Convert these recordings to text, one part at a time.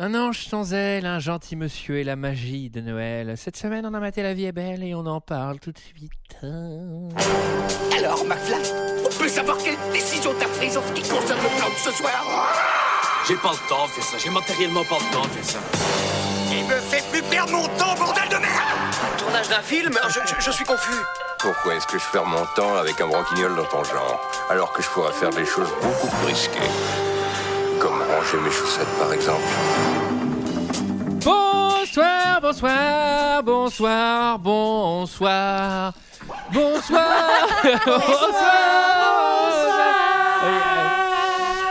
Un ange sans aile, un gentil monsieur et la magie de Noël. Cette semaine, on a maté La vie est belle et on en parle tout de suite. Alors, McFly, on peut savoir quelle décision t'as prise en ce qui concerne le plan de ce soir J'ai pas le temps de faire ça, j'ai matériellement pas le temps de faire ça. Il me fait plus perdre mon temps, bordel de merde Ah, Tournage d'un film je, je- je suis confus. Pourquoi est-ce que je perds mon temps avec un branquignol dans ton genre, alors que je pourrais faire des choses beaucoup plus risquées Comme ranger mes chaussettes, par exemple. Bonsoir, bonsoir, bonsoir, bonsoir. Bonsoir, bonsoir,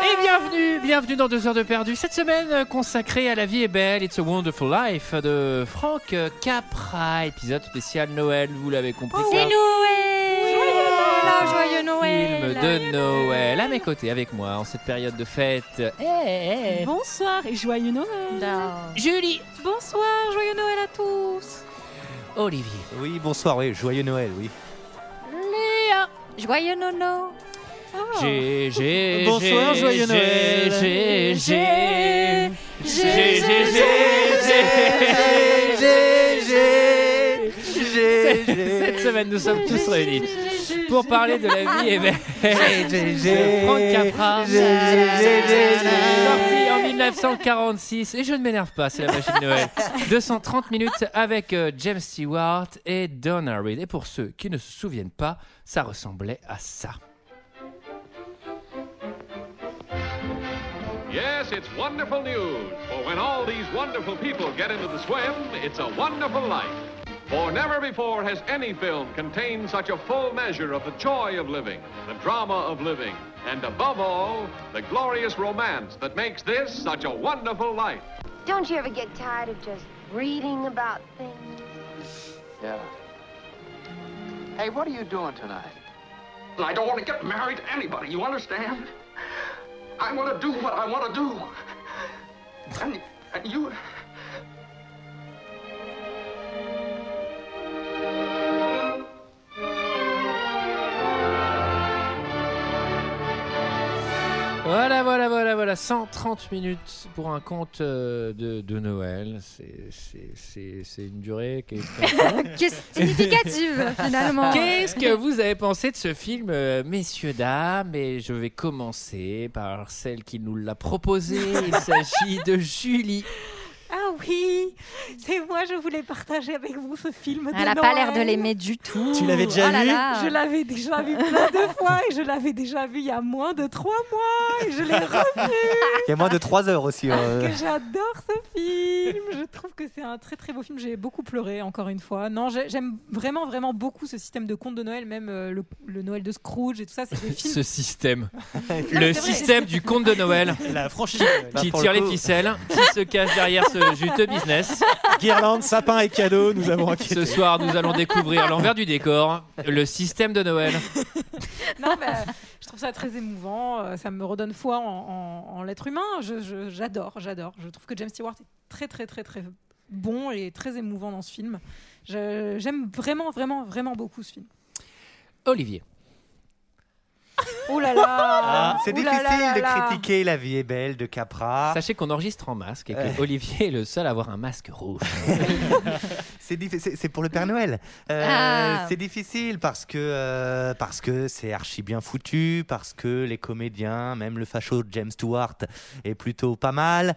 Et bienvenue, bienvenue dans Deux heures de perdu. Cette semaine euh, consacrée à la vie est belle, It's a Wonderful Life de Franck euh, Capra, épisode spécial Noël, vous l'avez compris. C'est car- Noël Joyeux Film Noël de Noël à mes côtés, avec moi, en cette période de fête. Eh, eh, eh. Bonsoir et joyeux Noël Julie Bonsoir, joyeux Noël à tous Olivier Oui, bonsoir, oui, joyeux Noël, oui. Oh. Joyeux Nono Ah. G, G, Bonsoir, G, joyeux G, Noël. G, G. G, G, G, G, G, Cette semaine, nous sommes tous réunis pour parler de la vie et belle de Franck Capra, sorti en 1946. Et je ne m'énerve pas, c'est la magie de Noël. 230 minutes avec euh, James Stewart et Donna Reed. Et pour ceux qui ne se souviennent pas, ça ressemblait à ça. Yes, it's wonderful news. For when all these wonderful people get into the swim, it's a wonderful life. For never before has any film contained such a full measure of the joy of living, the drama of living, and above all, the glorious romance that makes this such a wonderful life. Don't you ever get tired of just reading about things? Yeah. Hey, what are you doing tonight? I don't want to get married to anybody, you understand? I want to do what I want to do. And, and you... Voilà, voilà, voilà, voilà. 130 minutes pour un conte euh, de, de Noël. C'est- c'est- C'est c'est une durée qui est... Qu'est-ce significative finalement Qu'est-ce que vous avez pensé de ce film, euh, messieurs, dames Et je vais commencer par celle qui nous l'a proposé. Il s'agit de Julie. Ah oui, c'est moi, je voulais partager avec vous ce film. de Elle a pas Noël. l'air de l'aimer du tout Tu l'avais déjà Oh là vu là. Je l'avais déjà vu plein de fois et je l'avais déjà vu il y a moins de trois mois et je l'ai revu Il y a moins de 3 heures aussi. parce euh. Ah, que j'adore ce film. Je trouve que c'est un très très beau film. J'ai beaucoup pleuré encore une fois. Non, j'ai- j'aime vraiment vraiment beaucoup ce système de contes de Noël, même euh, le, le Noël de Scrooge et tout ça. C'est des films. Ce système. Non, mais Le c'est vrai. système du conte de Noël La franchise Bah, qui pour tire le les coup, ficelles, qui se cache derrière ce juteux business. Guirlande, sapin et cadeau, nous avons Ce enquêté. soir, nous allons découvrir l'envers du décor, le système de Noël. Non, mais, euh, je trouve ça très émouvant. euh, Ça me redonne foi en, en- en l'être humain. Je- je- J'adore, j'adore. Je trouve que James Stewart est très, très, très, très bon et très émouvant dans ce film. Je- J'aime vraiment, vraiment, vraiment beaucoup ce film. Olivier. Oh là là Ah, C'est Ouh là difficile là de là. critiquer La vie est belle de Capra. Sachez qu'on enregistre en masque et que Olivier est le seul à avoir un masque rouge. C'est diffi- c'est c'est pour le Père Noël. Euh, Ah. C'est difficile parce que euh, parce que c'est archi bien foutu, parce que les comédiens, même le facho James Stewart est plutôt pas mal.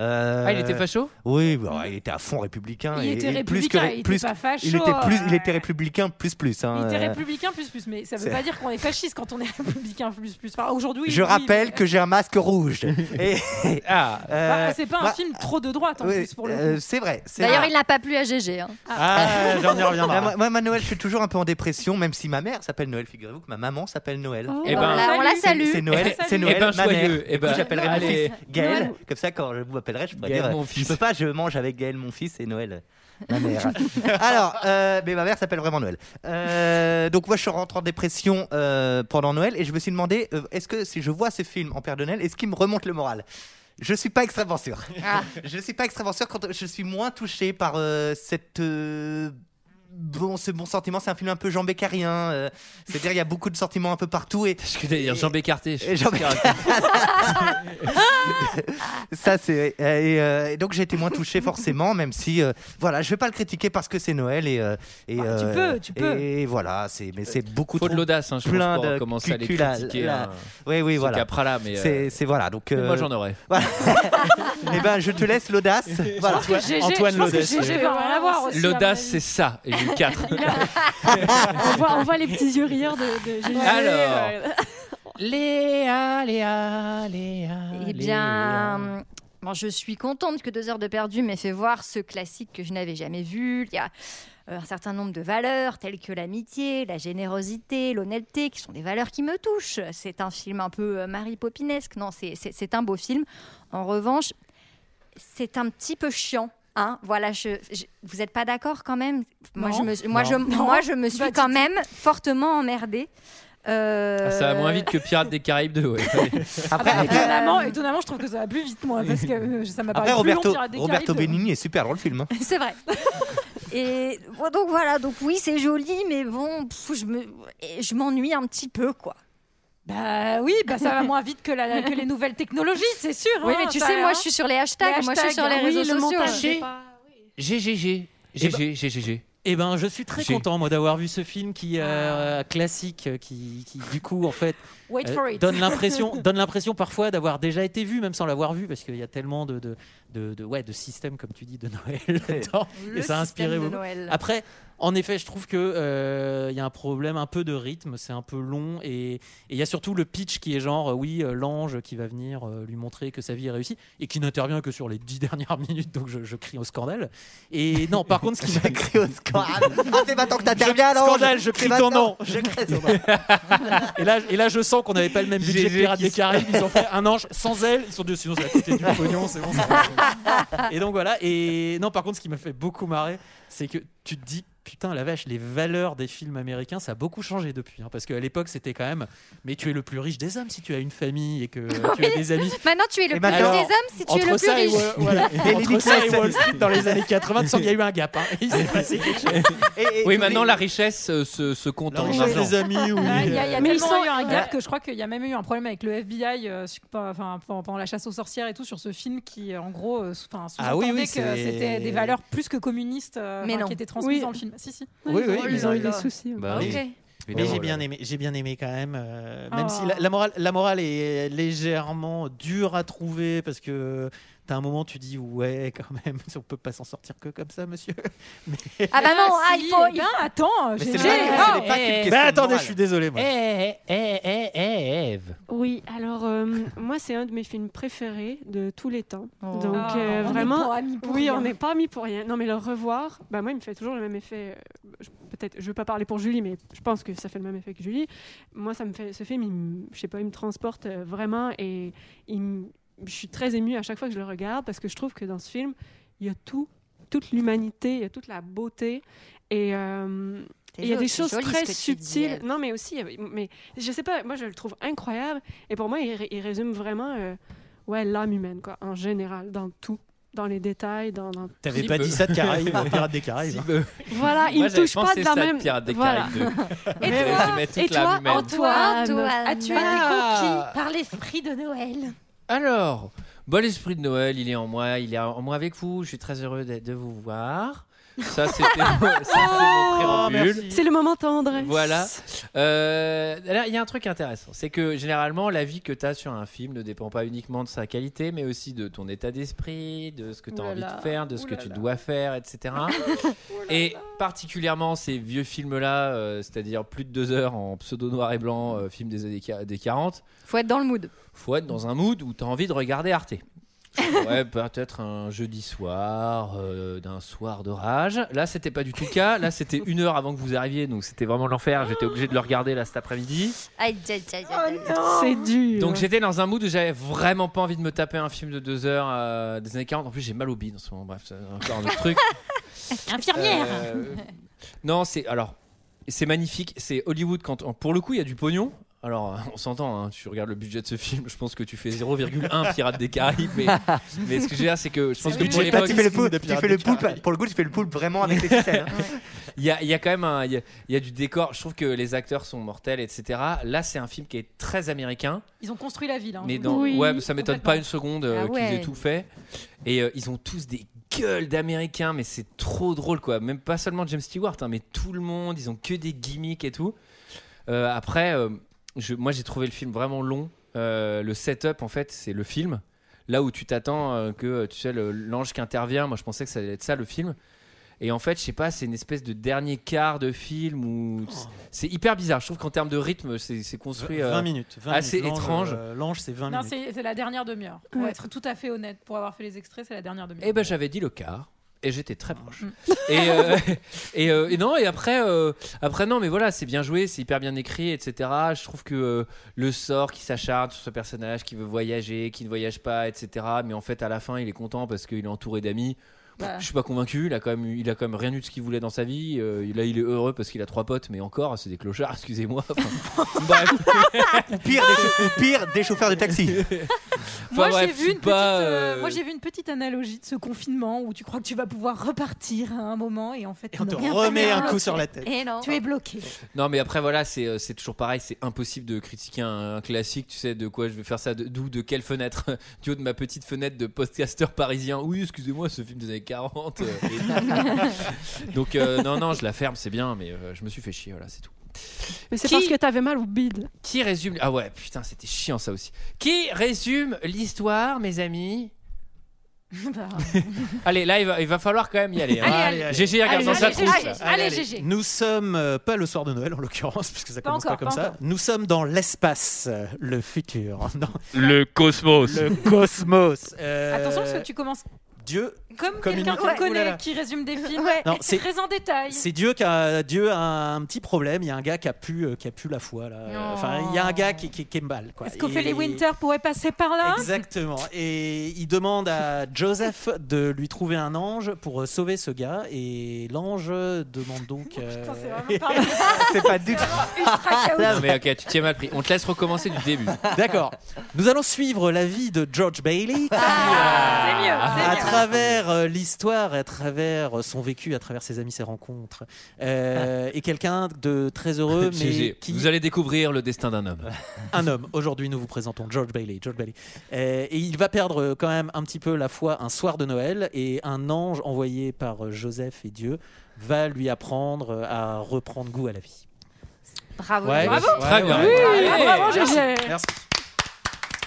Euh, Ah, il était facho Oui, bah, il était à fond républicain. Il et- était et plus que républicain, ré- il était plus- pas facho. il était plus, il euh. était républicain plus plus. hein. Il était Euh, républicain plus plus, mais ça veut c'est- pas dire qu'on est fasciste quand on est républicain plus plus. Enfin, aujourd'hui, Je oui, rappelle mais- que j'ai un masque rouge. Et, Ah, euh, Bah, c'est pas un bah, film trop de droite en oui, plus pour le euh, coup. c'est vrai. c'est D'ailleurs vrai. il n'a pas plu à GG hein. Ah, j'en ai Moi, moi, Noël, je suis toujours un peu en dépression, même si ma mère s'appelle Noël. Figurez-vous que ma maman s'appelle Noël. Oh, Eh on, ben, la, on la C'est- salue C'est Noël, c'est Noël, Eh ben, ma mère. soyeux. Eh Du coup, ben, j'appellerai mon allez. fils Gaël. Noël. Comme ça, quand je vous appellerai, je pourrais Gaël, dire mon euh, fils. Je peux pas, je mange avec Gaël, mon fils, et Noël, ma mère. Alors, euh, mais ma mère s'appelle vraiment Noël. Euh, donc, moi, je suis rentré en dépression euh, pendant Noël et je me suis demandé euh, est-ce que si je vois ces films en Père de Noël, est-ce qu'ils me remontent le moral je suis pas extrêmement sûr. Ah. Je suis pas extrêmement sûr quand je suis moins touché par euh, cette euh, bon, ce bon sentiment, c'est un film un peu Jean Bécarien. euh, C'est-à-dire, il y a beaucoup de sentiments un peu partout. Et Je voulais dire Jean Bécarté. je Et sais Jean pas ce qu'il raconte. ça, c'est. euh, Et, euh, et donc, j'ai été moins touché, forcément, même si. euh, voilà, je vais pas le critiquer parce que c'est Noël. Et, euh, et, Ah, tu euh, peux, tu peux. Et voilà, c'est- mais c'est beaucoup Faut de trop- l'audace, hein, je plein pense, de pour commencer à les cucul à- critiquer. là. hein, Oui, oui, ce voilà. Capra-là, mais euh, C'est c'est- voilà. Donc, mais moi euh, j'en aurais. voilà. Eh ben, je te laisse l'audace. Voilà. Je pense que GG, Antoine je pense que Lodès, GG oui. va rien avoir aussi, à mon L'audace, avis. c'est ça. Et j'ai eu 4. on, voit, on voit les petits yeux rieurs de, de Gégé. Alors. Léa, Léa, Léa. Léa. Eh bien, bon, je suis contente que Deux heures de perdu m'ait fait voir ce classique que je n'avais jamais vu. Il y a euh, un certain nombre de valeurs telles que l'amitié, la générosité, l'honnêteté, qui sont des valeurs qui me touchent. C'est un film un peu euh, Marie Popinesque. Non, c'est- c'est c'est un beau film. En revanche, c'est un petit peu chiant. Hein, voilà, je, je- vous n'êtes pas d'accord quand même moi Non. je, me, moi, je, Non. moi, je me Pas suis du quand tout. même fortement emmerdée. Euh, Ah, ça va moins vite que Pirates des Caraïbes 2. ouais. Après, Ah bah, après, étonnamment, étonnamment, je trouve que ça va plus vite, moi, parce que euh, ça m'a paru après, plus long, Roberto, Pirates des Roberto Caraïbes. Benigni est super dans le film. hein. C'est vrai. Et bon, donc voilà, donc oui, c'est joli, mais bon, pff, je me, et je m'ennuie un petit peu, quoi. Bah oui, bah ça va moins vite que, la- que les nouvelles technologies, c'est sûr. Oui, hein, mais tu ça, sais, moi, hein. je suis sur les hashtags, moi, je suis sur les hashtags, réseaux oui, le sociaux. hein. montage. G, G, G, G. G, G, G, G, G. Eh ben, je suis très J'ai- content moi d'avoir vu ce film qui euh, classique, euh, qui, qui, du coup en fait Wait euh, for it. donne l'impression, donne l'impression parfois d'avoir déjà été vu, même sans l'avoir vu, parce qu'il y a tellement de de, de, de- ouais de systèmes comme tu dis de Noël dedans, et ça a inspiré beaucoup. Après, en effet, je trouve que euh, il y a un problème un peu de rythme, c'est un peu long et et il y a surtout le pitch qui est genre euh, oui euh, l'ange qui va venir euh, lui montrer que sa vie est réussie et qui n'intervient que sur les dix dernières minutes, donc je, je crie au scandale. Et non, par contre, ce qui m'a J'ai crié au scandale. Ah, c'est pas tant que t'interviens, non Scandale, je crie ton nom. Je crie ton nom. Et là, et là, je sens qu'on n'avait pas le même budget que GG Pirates qui des se- Caraïbes. Ils ont fait un ange sans ailes. Ils sont deux, sinon ça va coûter du pognon, c'est bon. ça va. Et donc voilà. Et non, par contre, ce qui m'a fait beaucoup marrer, c'est que tu te dis. Putain, la vache, les valeurs des films américains, ça a beaucoup changé depuis. hein, parce qu'à l'époque, c'était quand même. Mais tu es le plus riche des hommes si tu as une famille et que euh, tu as des amis. Maintenant, tu es le Et plus riche des maintenant, hommes si tu es Entre le plus ça, et, riche. Wall- voilà, Et entre les ça et Nixon. Wall Street dans les années 80, tu sens qu'il y a eu un gap. hein. Il s'est passé quelque chose. Et- et- Oui, maintenant la richesse euh, se, se compte La en richesse argent. des amis, oui. Ah, Il y a, il y a Mais tellement ils sont- eu un Ouais. gap que je crois qu'il y a même eu un problème avec le FBI euh, sur- pas- enfin, pendant pendant la chasse aux sorcières et tout sur ce film qui, euh, en gros, euh, sous- enfin, Ah oui, sous-entendait oui, que c'est- c'était des valeurs plus que communistes euh, Mais enfin, non. qui étaient transmises Oui. dans le film. Si, si. Oui, oui, Oh ils là ont là. eu eu des hein. soucis. Bah oui, Ok. Mais évidemment, j'ai ouais. bien aimé, j'ai bien aimé quand même, euh, Oh. même si la, la morale, la morale est légèrement dure à trouver parce que t'as un moment tu dis ouais quand même, on peut pas s'en sortir que comme ça monsieur. Ah bah non, ah, si, il faut. eh ben, attends, Mais c'est GG. pas- Ah, ce n'est pas qu'une eh, question Bah de attendez, morale. je suis désolé moi. Eh, eh, eh, eh, eh, Eve. Oui, alors euh, moi c'est un de mes films préférés de tous les temps. Oh. Donc ah, euh, on est vraiment, pas amis pour oui, rien. on n'est pas mis pour rien. Non mais le revoir, bah moi il me fait toujours le même effet. euh, je- Peut-être, je veux pas parler pour Julie, mais je pense que ça fait le même effet que Julie. Moi ça me fait, ce film, il me- je sais pas, il me transporte euh, vraiment et il me- je suis très émue à chaque fois que je le regarde parce que je trouve que dans ce film il y a tout, toute l'humanité, il y a toute la beauté et euh, C'est il y a joli, des c'est choses joli, très ce que tu dis, subtiles. elle. Non, mais aussi, euh, mais je sais pas, moi je le trouve incroyable. Et pour moi, il, ré- il résume vraiment euh, ouais, l'âme humaine, quoi, en général, dans tout, dans les détails, dans. dans- T'avais Si pas peu. dit ça de Caraïbes, euh, Pirates des Caraïbes. hein. Voilà, Ah, il Moi, me j'avais touche pas pensé de ça la de même. Pirates des voilà. Caraïbes 2. Et Mais toi, j'y mets toute et l'âme toi, humaine. Antoine, Antoine. as-tu Ah. par l'esprit de Noël. Alors, bon l'esprit de Noël, il est en moi, il est en moi avec vous. Je suis très heureux d'être- de vous voir. Ça, c'était ça, c'est mon Oh, préambule. merci. C'est le moment tendre. Voilà. Euh, là, il y a un truc intéressant, c'est que généralement, la vie que tu as sur un film ne dépend pas uniquement de sa qualité, mais aussi de ton état d'esprit, de ce que tu as Ouh là envie là, de faire, de ce ouh que là tu là. dois faire, etc. et particulièrement ces vieux films-là, euh, c'est-à-dire plus de deux heures en pseudo noir et blanc, euh, film des années qua- des 40, Faut être dans le mood. faut être dans un mood où tu as envie de regarder Arte. Ouais, peut-être un jeudi soir, euh, d'un soir d'orage. Là, c'était pas du tout le cas. Là, c'était une heure avant que vous arriviez, donc c'était vraiment l'enfer. J'étais obligé de le regarder là cet après-midi. Aïe, aïe, aïe, Oh aïe, aïe. C'est dur. Donc j'étais dans un mood où j'avais vraiment pas envie de me taper un film de deux heures euh, des années 40. En plus, j'ai mal au bide en ce moment. Bref, c'est encore un autre truc. Infirmière. Euh, non, c'est alors c'est magnifique. C'est Hollywood quand on- pour le coup il y a du pognon. Alors, on s'entend, hein, tu regardes le budget de ce film, je pense que tu fais 0,1 Pirates des Caraïbes, mais, mais ce que j'ai là, c'est que je pense que tu, pour fais pas- l'époque, tu fais le poulpe, tu fais le poulpe, pour le coup, tu fais le poulpe vraiment avec les ficelles. hein. il y a, il y a quand même un, il y a, il y a du décor, je trouve que les acteurs sont mortels, etc. Là, c'est un film qui est très américain, Ils ont construit la ville. hein. mais dans, ouais, ça m'étonne pas une seconde euh, Ah qu'ils ouais. aient tout fait. Et euh, ils ont tous des gueules d'américains, mais c'est trop drôle, quoi. Même pas seulement James Stewart, hein, mais tout le monde, ils ont que des gimmicks et tout. Euh, après, euh, je- moi j'ai trouvé le film vraiment long. Euh, le setup, en fait, c'est le film. Là où tu t'attends euh, que, euh, tu sais, le- l'ange qui intervient, moi je pensais que ça allait être ça le film. Et en fait, je sais pas, c'est une espèce de dernier quart de film où. Oh. C'est hyper bizarre. Je trouve qu'en termes de rythme, c'est c'est construit. 20 euh, minutes. 20 assez minutes. L'ange, étrange. euh, L'ange, c'est 20 Non, minutes. c'est c'est la dernière demi-heure. Pour Ouais. être tout à fait honnête, pour avoir fait les extraits, c'est Mm. la dernière demi-heure. Eh ben j'avais dit le quart et j'étais très proche. et, euh, et, euh, et non et après euh, après non mais voilà c'est bien joué c'est hyper bien écrit etc. Je trouve que euh, le sort qui s'acharne sur ce personnage qui veut voyager qui ne voyage pas etc. Mais en fait à la fin il est content parce qu'il est entouré d'amis. Pff, Bah. Je suis pas convaincu, il a, quand même, il a quand même rien eu de ce qu'il voulait dans sa vie. Euh, là, il est heureux parce qu'il a trois potes, mais encore, c'est des clochards, excusez-moi. Enfin, bref. pire, des chauff- pire des chauffeurs de taxi. Moi, Enfin, j'ai bref, je vu, suis une pas, petite, euh, euh, moi, j'ai vu une petite analogie de ce confinement où tu crois que tu vas pouvoir repartir à un moment et en fait. on te non. remet un coup sur la tête. Et non. Tu es bloqué. Non, mais après, voilà, c'est euh, c'est toujours pareil. C'est impossible de critiquer un, un classique. Tu sais, de quoi je vais faire ça de- D'où De quelle fenêtre Du haut de ma petite fenêtre de podcasteur parisien. Oui, excusez-moi, ce film des années 40. euh, est- Donc, euh, non, non, je la ferme, c'est bien, mais euh, je me suis fait chier, voilà, c'est tout. Mais c'est Qui- parce que t'avais mal au bide. Qui résume. Ah ouais, putain, c'était chiant ça aussi. Qui résume l'histoire, mes amis Allez, là, il va, il va falloir quand même y aller. hein. Allez, allez, allez. GG, regarde Allez, dans sa allez, trousse. allez, là. allez, Nous sommes euh, pas le soir de Noël en l'occurrence, parce que ça Pas commence encore, pas comme pas ça. encore. Nous sommes dans l'espace, euh, le futur, dans Le cosmos. le cosmos. Euh, Attention parce que tu commences Dieu. comme, Comme quelqu'un une- qu'on Ouais. Ouh là connaît là. qui résume des films. Non, c'est- très en détail. C'est Dieu qui a, Dieu a un petit problème. Il y a un gars qui a pu, euh, qui a pu la foi là. Non. Enfin, il y a un gars qui, qui, qui emballe, quoi. Est-ce qu'Ophélie Et- Winter pourrait passer par là Exactement. Et il demande à Joseph de lui trouver un ange pour euh, sauver ce gars. Et l'ange demande donc. euh, C'est pas du tout. Non, mais ok, tu t'y es mal pris. On te laisse recommencer du début. D'accord. Nous allons suivre la vie de George Bailey. qui, euh, À travers euh, l'histoire, à travers euh, son vécu, à travers ses amis, ses rencontres. Euh, et quelqu'un de très heureux, mais GG. qui Vous allez découvrir le destin d'un homme. un homme. Aujourd'hui, nous vous présentons George Bailey. George Bailey. Euh, et il va perdre euh, quand même un petit peu la foi un soir de Noël et un ange envoyé par euh, Joseph et Dieu va lui apprendre euh, à reprendre goût à la vie. Bravo. Ouais. Bravo. Ouais, Très ouais, bien. ouais. Allez. Ouais, bravo, merci. GG. Merci.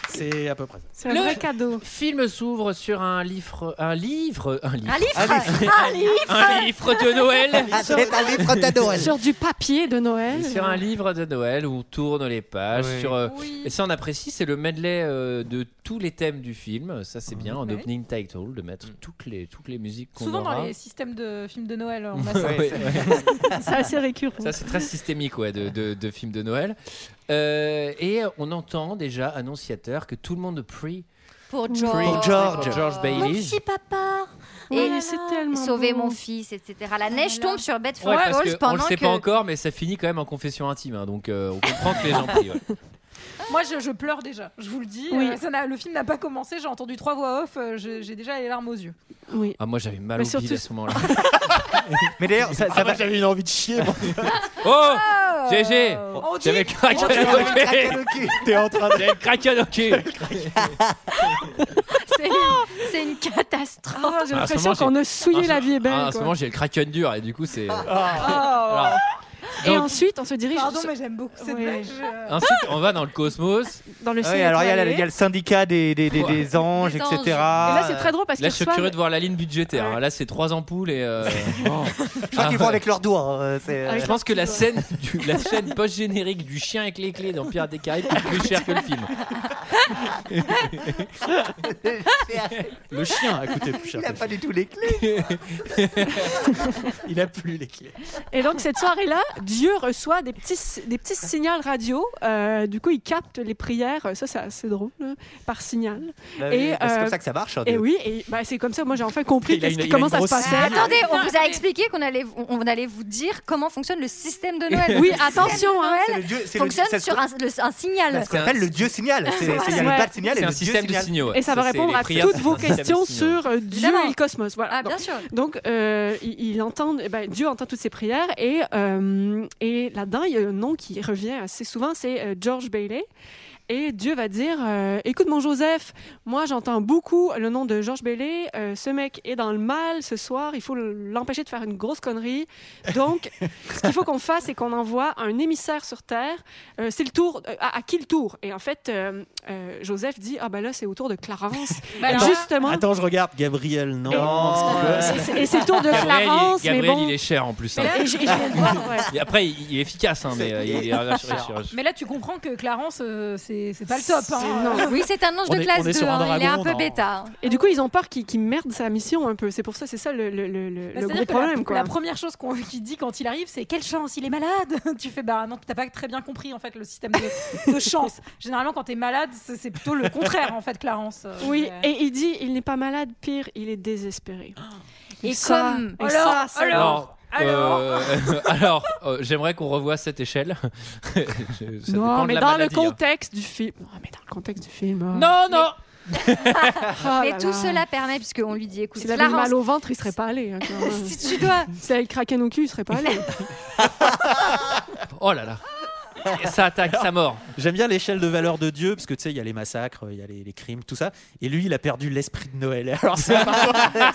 C'est à peu près ça. C'est un Le- vrai cadeau. film s'ouvre sur un livre, un livre, un livre, Un livre. Un livre, un livre de Noël. Ah, C'est un livre de Noël. Sur du papier de Noël. sur un livre de Noël où on tourne les pages. Oui. Sur, euh, Oui. Et ça, on apprécie, c'est le medley euh, de tous les thèmes du film. Ça, c'est bien en Ouais. opening title de mettre toutes les, toutes les musiques qu'on Souvent aura. dans les systèmes de films de Noël, on a ça. Ouais, ouais. C'est assez récurrent. Ça, c'est très systémique ouais, de, de, de films de Noël. Euh, et on entend déjà, annonciateur, que tout le monde prie Pour George. Pour George. Pour George Mon Bailey. petit papa. Oh Ouais, Et c'est tellement sauver beau. mon fils, etc. La Oh neige tombe sur Bedford Ouais, parce Falls que on le pendant sait que. pas encore, mais ça finit quand même en confession intime. hein, donc euh, on comprend que les gens prient. ouais. Moi, je, je pleure déjà. Je vous le dis. Oui. Euh, ça n'a- le film n'a pas commencé. J'ai entendu trois voix off. euh, j'ai j'ai déjà les larmes aux yeux. Oui. Ah, moi j'avais mal Mais au bide surtout- à ce moment-là. Ah, Mais d'ailleurs, ça, ça va. J'avais une envie de chier. Ah, oh GG On dit- J'avais le kraken au cul T'es en train de. J'avais le kraken au cul C'est une- C'est une catastrophe. Ah, j'ai À ce l'impression moment, qu'on a En souillé ce- la vie est belle. ah, En ce quoi. Ah. moment j'ai le kraken dur et du coup c'est. Ah. Oh. Alors, Et donc- ensuite, on se dirige Pardon, sur- mais j'aime beaucoup cette Ouais. neige. euh, ensuite on va dans le cosmos. dans le Ah Oui, ciel alors il y, a, étoilé. la- il y a le syndicat des, des, des, des anges, Des etc. anges. Et Et là, c'est très drôle parce Là qu'ils je suis curieux reçoivent... de voir la ligne budgétaire. hein. Ouais. Là c'est trois ampoules et. euh, Je crois qu'ils Ah font ouais. avec leurs doigts. hein, c'est- Avec Je pense que la scène, du, la scène post-générique du chien avec les clés dans Pirates des Caraïbes coûte plus cher que le film. Le chien a coûté plus cher. Il a que pas le du tout les clés. Il a plus les clés. Et donc, cette soirée-là, Dieu reçoit des petits, des petits signaux radio. Euh, du coup, il capte les prières. Ça, c'est assez drôle, là, par signal. Bah oui, bah, c'est euh, comme ça que ça marche, hein, et Dieu. oui, et bah, c'est comme ça. Moi, j'ai enfin compris Il a une- qu'est-ce qui- il a comment une ça se grosse passait. cible. Attendez, on vous a expliqué qu'on allait, on- on allait vous dire comment fonctionne le système de Noël. Oui, Le système attention, de hein. Noël C'est le dieu- c'est le- fonctionne ça se- sur un, le- un signal. Ça s'appelle le dieu signal. C'est- c'est- Il y a le Ouais. pas de signal et C'est le un dieu système de signal. signaux. ouais. Et ça va c'est répondre les à prières, toutes c'est vos un système de questions signaux. sur euh, Dieu Évidemment. et le cosmos. Voilà. Ah, bien Donc, sûr. Donc, euh, il, il entend, eh ben, Dieu entend toutes ses prières et, euh, et là-dedans, il y a un nom qui revient assez souvent, c'est euh, George Bailey. Et Dieu va dire, euh, écoute mon Joseph, moi j'entends beaucoup le nom de George Bailey, euh, ce mec est dans le mal ce soir, il faut l'empêcher de faire une grosse connerie. Donc, ce qu'il faut qu'on fasse, c'est qu'on envoie un émissaire sur Terre. Euh, c'est le tour, euh, à, à qui le tour Et en fait, euh, euh, Joseph dit, ah ben là c'est au tour de Clarence. Bah Ben alors- Justement, Attends, je regarde. Gabriel, non. et c'est- et c'est le tour de euh, Gabriel, il est- Clarence, mais Gabriel, bon. il est cher en plus. hein. Et j'ai- et j'ai- ouais. Et après, il il est efficace, hein, mais euh, il est arraché- arraché- Mais là, tu comprends que Clarence, euh, c'est c'est pas le top. hein. Non. Oui, c'est un ange On de est- classe on est 2. sur un hein, Il est un dragon, peu non. bêta. hein. Et du coup, ils ont peur qu'il qu'il merde sa mission un peu. C'est pour ça, c'est ça le, le, le- le- Bah, le c'est-à-dire gros que problème. la, quoi. la première chose qu'on- qu'il dit quand il arrive, c'est quelle chance, il est malade. tu fais bah non, t'as pas très bien compris en fait le système de, de chance. Généralement, quand t'es malade, c'est c'est plutôt le contraire en fait, Clarence. Euh, Oui, mais- et il dit, il n'est pas malade, pire, il est désespéré. Et ça, comme- Hum, et Ah. Alors, ça, ça- alors, Alors, euh, alors, euh, j'aimerais qu'on revoie cette échelle. Je- ça dépend non, de mais la dans le maladie, hein. contexte du film. Non, mais dans le contexte du film. oh. Non, non. Ah Mais là tout là. cela permet, puisqu'on lui dit écoute, S'il avait Clarence, mal au ventre, il serait pas allé. hein, clairement. si tu dois. S'il avait le kraken au cul, il serait pas allé. Oh là là. Et Ça attaque, ça mord. J'aime bien l'échelle de valeur de Dieu, parce que tu sais, il y a les massacres, il y a les, les crimes, tout ça. Et lui, il a perdu l'esprit de Noël. Alors ça,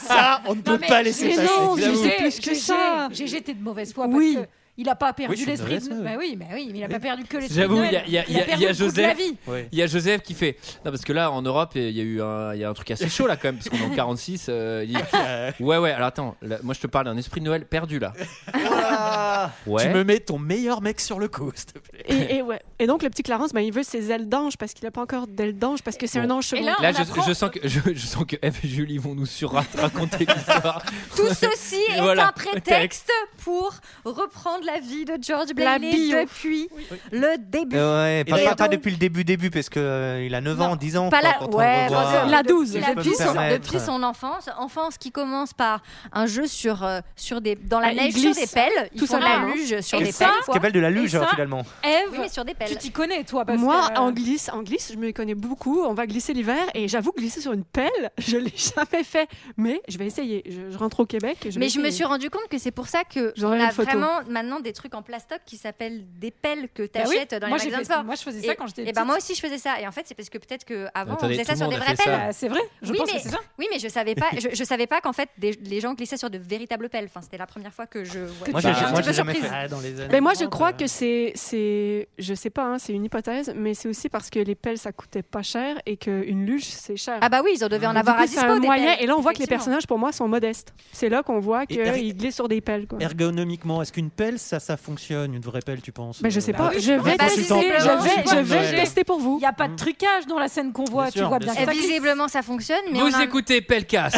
ça, on ne peut mais pas laisser mais passer. non, Gégé, mais c'est plus que Gégé, ça. Gégé, t'es de mauvaise foi parce Oui. que il a pas perdu Oui, je suis de l'esprit. mauvaise De... foi. Bah oui, bah oui, mais il a pas perdu que l'esprit. de J'avoue, Noël. il y a- il y a- il a il y perdu a le goût de la Joseph. vie. Ouais. Il y a Joseph qui fait. Non, parce que là, en Europe, il y a eu un, il y a un truc assez chaud là quand même, parce qu'on est en 46. euh, il- Euh, Ouais, ouais, alors attends, là, moi je te parle d'un esprit de Noël perdu là. Ouais. Ah. Tu me mets ton meilleur mec sur le coup, s'il te plaît. Et, et ouais. et donc, le petit Clarence, ben, il veut ses ailes d'ange parce qu'il n'a pas encore d'ailes d'ange parce que c'est un ange Et second. là, Là, on je, apprend- je sens que, je, je sens que Eve et Julie vont nous surraconter l'histoire. Tout ceci est Voilà. un prétexte pour reprendre la vie de George La Bailey bio. depuis le début. Euh, ouais, pas, Et pas- pas donc- depuis le début, début, parce que euh, il a 9 ans, 10 ans. Pas quoi, la- quand on ouais, revoit. parce que La 12. je La peux me depuis, son, permettre. depuis son enfance, enfance qui commence par un jeu sur, euh, sur des, dans la Ah, il neige, sur glisse. des pelles. Ils Tout font de la simplement. luge sur hein. Et des ça, pelles. Ce qui appelle de la luge, Et ça- finalement. Ève, Oui, sur des tu pelles. t'y connais toi parce Moi, que, euh, en glisse, en glisse, je me connais beaucoup. On va glisser l'hiver et j'avoue, glisser sur une pelle, je l'ai jamais fait. Mais je vais essayer. Je, je rentre au Québec. et Je Mais vais je me essayer. suis rendu compte que c'est pour ça que J'aurai on une a photo. vraiment maintenant des trucs en plastoc qui s'appellent des pelles que bah oui, t'achètes dans les moi, j'ai magasins de fait- sport. Moi, je faisais Et, ça quand j'étais et ben moi aussi je faisais ça et en fait c'est parce que peut-être que avant on Attendez, faisait tout ça le sur monde des a vraies fait ça. pelles. Bah, c'est vrai, je Oui, pense mais- que c'est ça. Oui mais je savais pas je, je savais pas qu'en fait des- les gens glissaient sur de véritables pelles. Enfin c'était la première fois que je voyais. Moi, j'ai- J'étais un moi, petit peu j'ai jamais surprise. Ah, dans les années Mais moi, je 30, crois euh, que c'est, c'est, je sais pas, hein, c'est une hypothèse, mais c'est aussi parce que les pelles, ça coûtait pas cher et qu'une luge, c'est cher. Ah bah oui ils en devaient en Du avoir coup, à c'est dispo un des moyen. pelles. Et là, on voit que les Effectivement. personnages, pour moi, sont modestes. C'est là qu'on voit Eric- qu'ils glissent sur des pelles. Quoi. Ergonomiquement, est-ce qu'une pelle, ça, ça fonctionne Une vraie pelle, tu penses Mais je sais euh, pas. bah, Je vais bah, tester. visiblement, Je vais, c'est je vais pas le vrai. tester pour Il vous. n'y a pas Hum. de trucage dans la scène qu'on voit, Bien tu sûr, vois bien bien sûr. que Et ça glisse. visiblement ça Ah, fonctionne mais Vous on a- écoutez Pelcast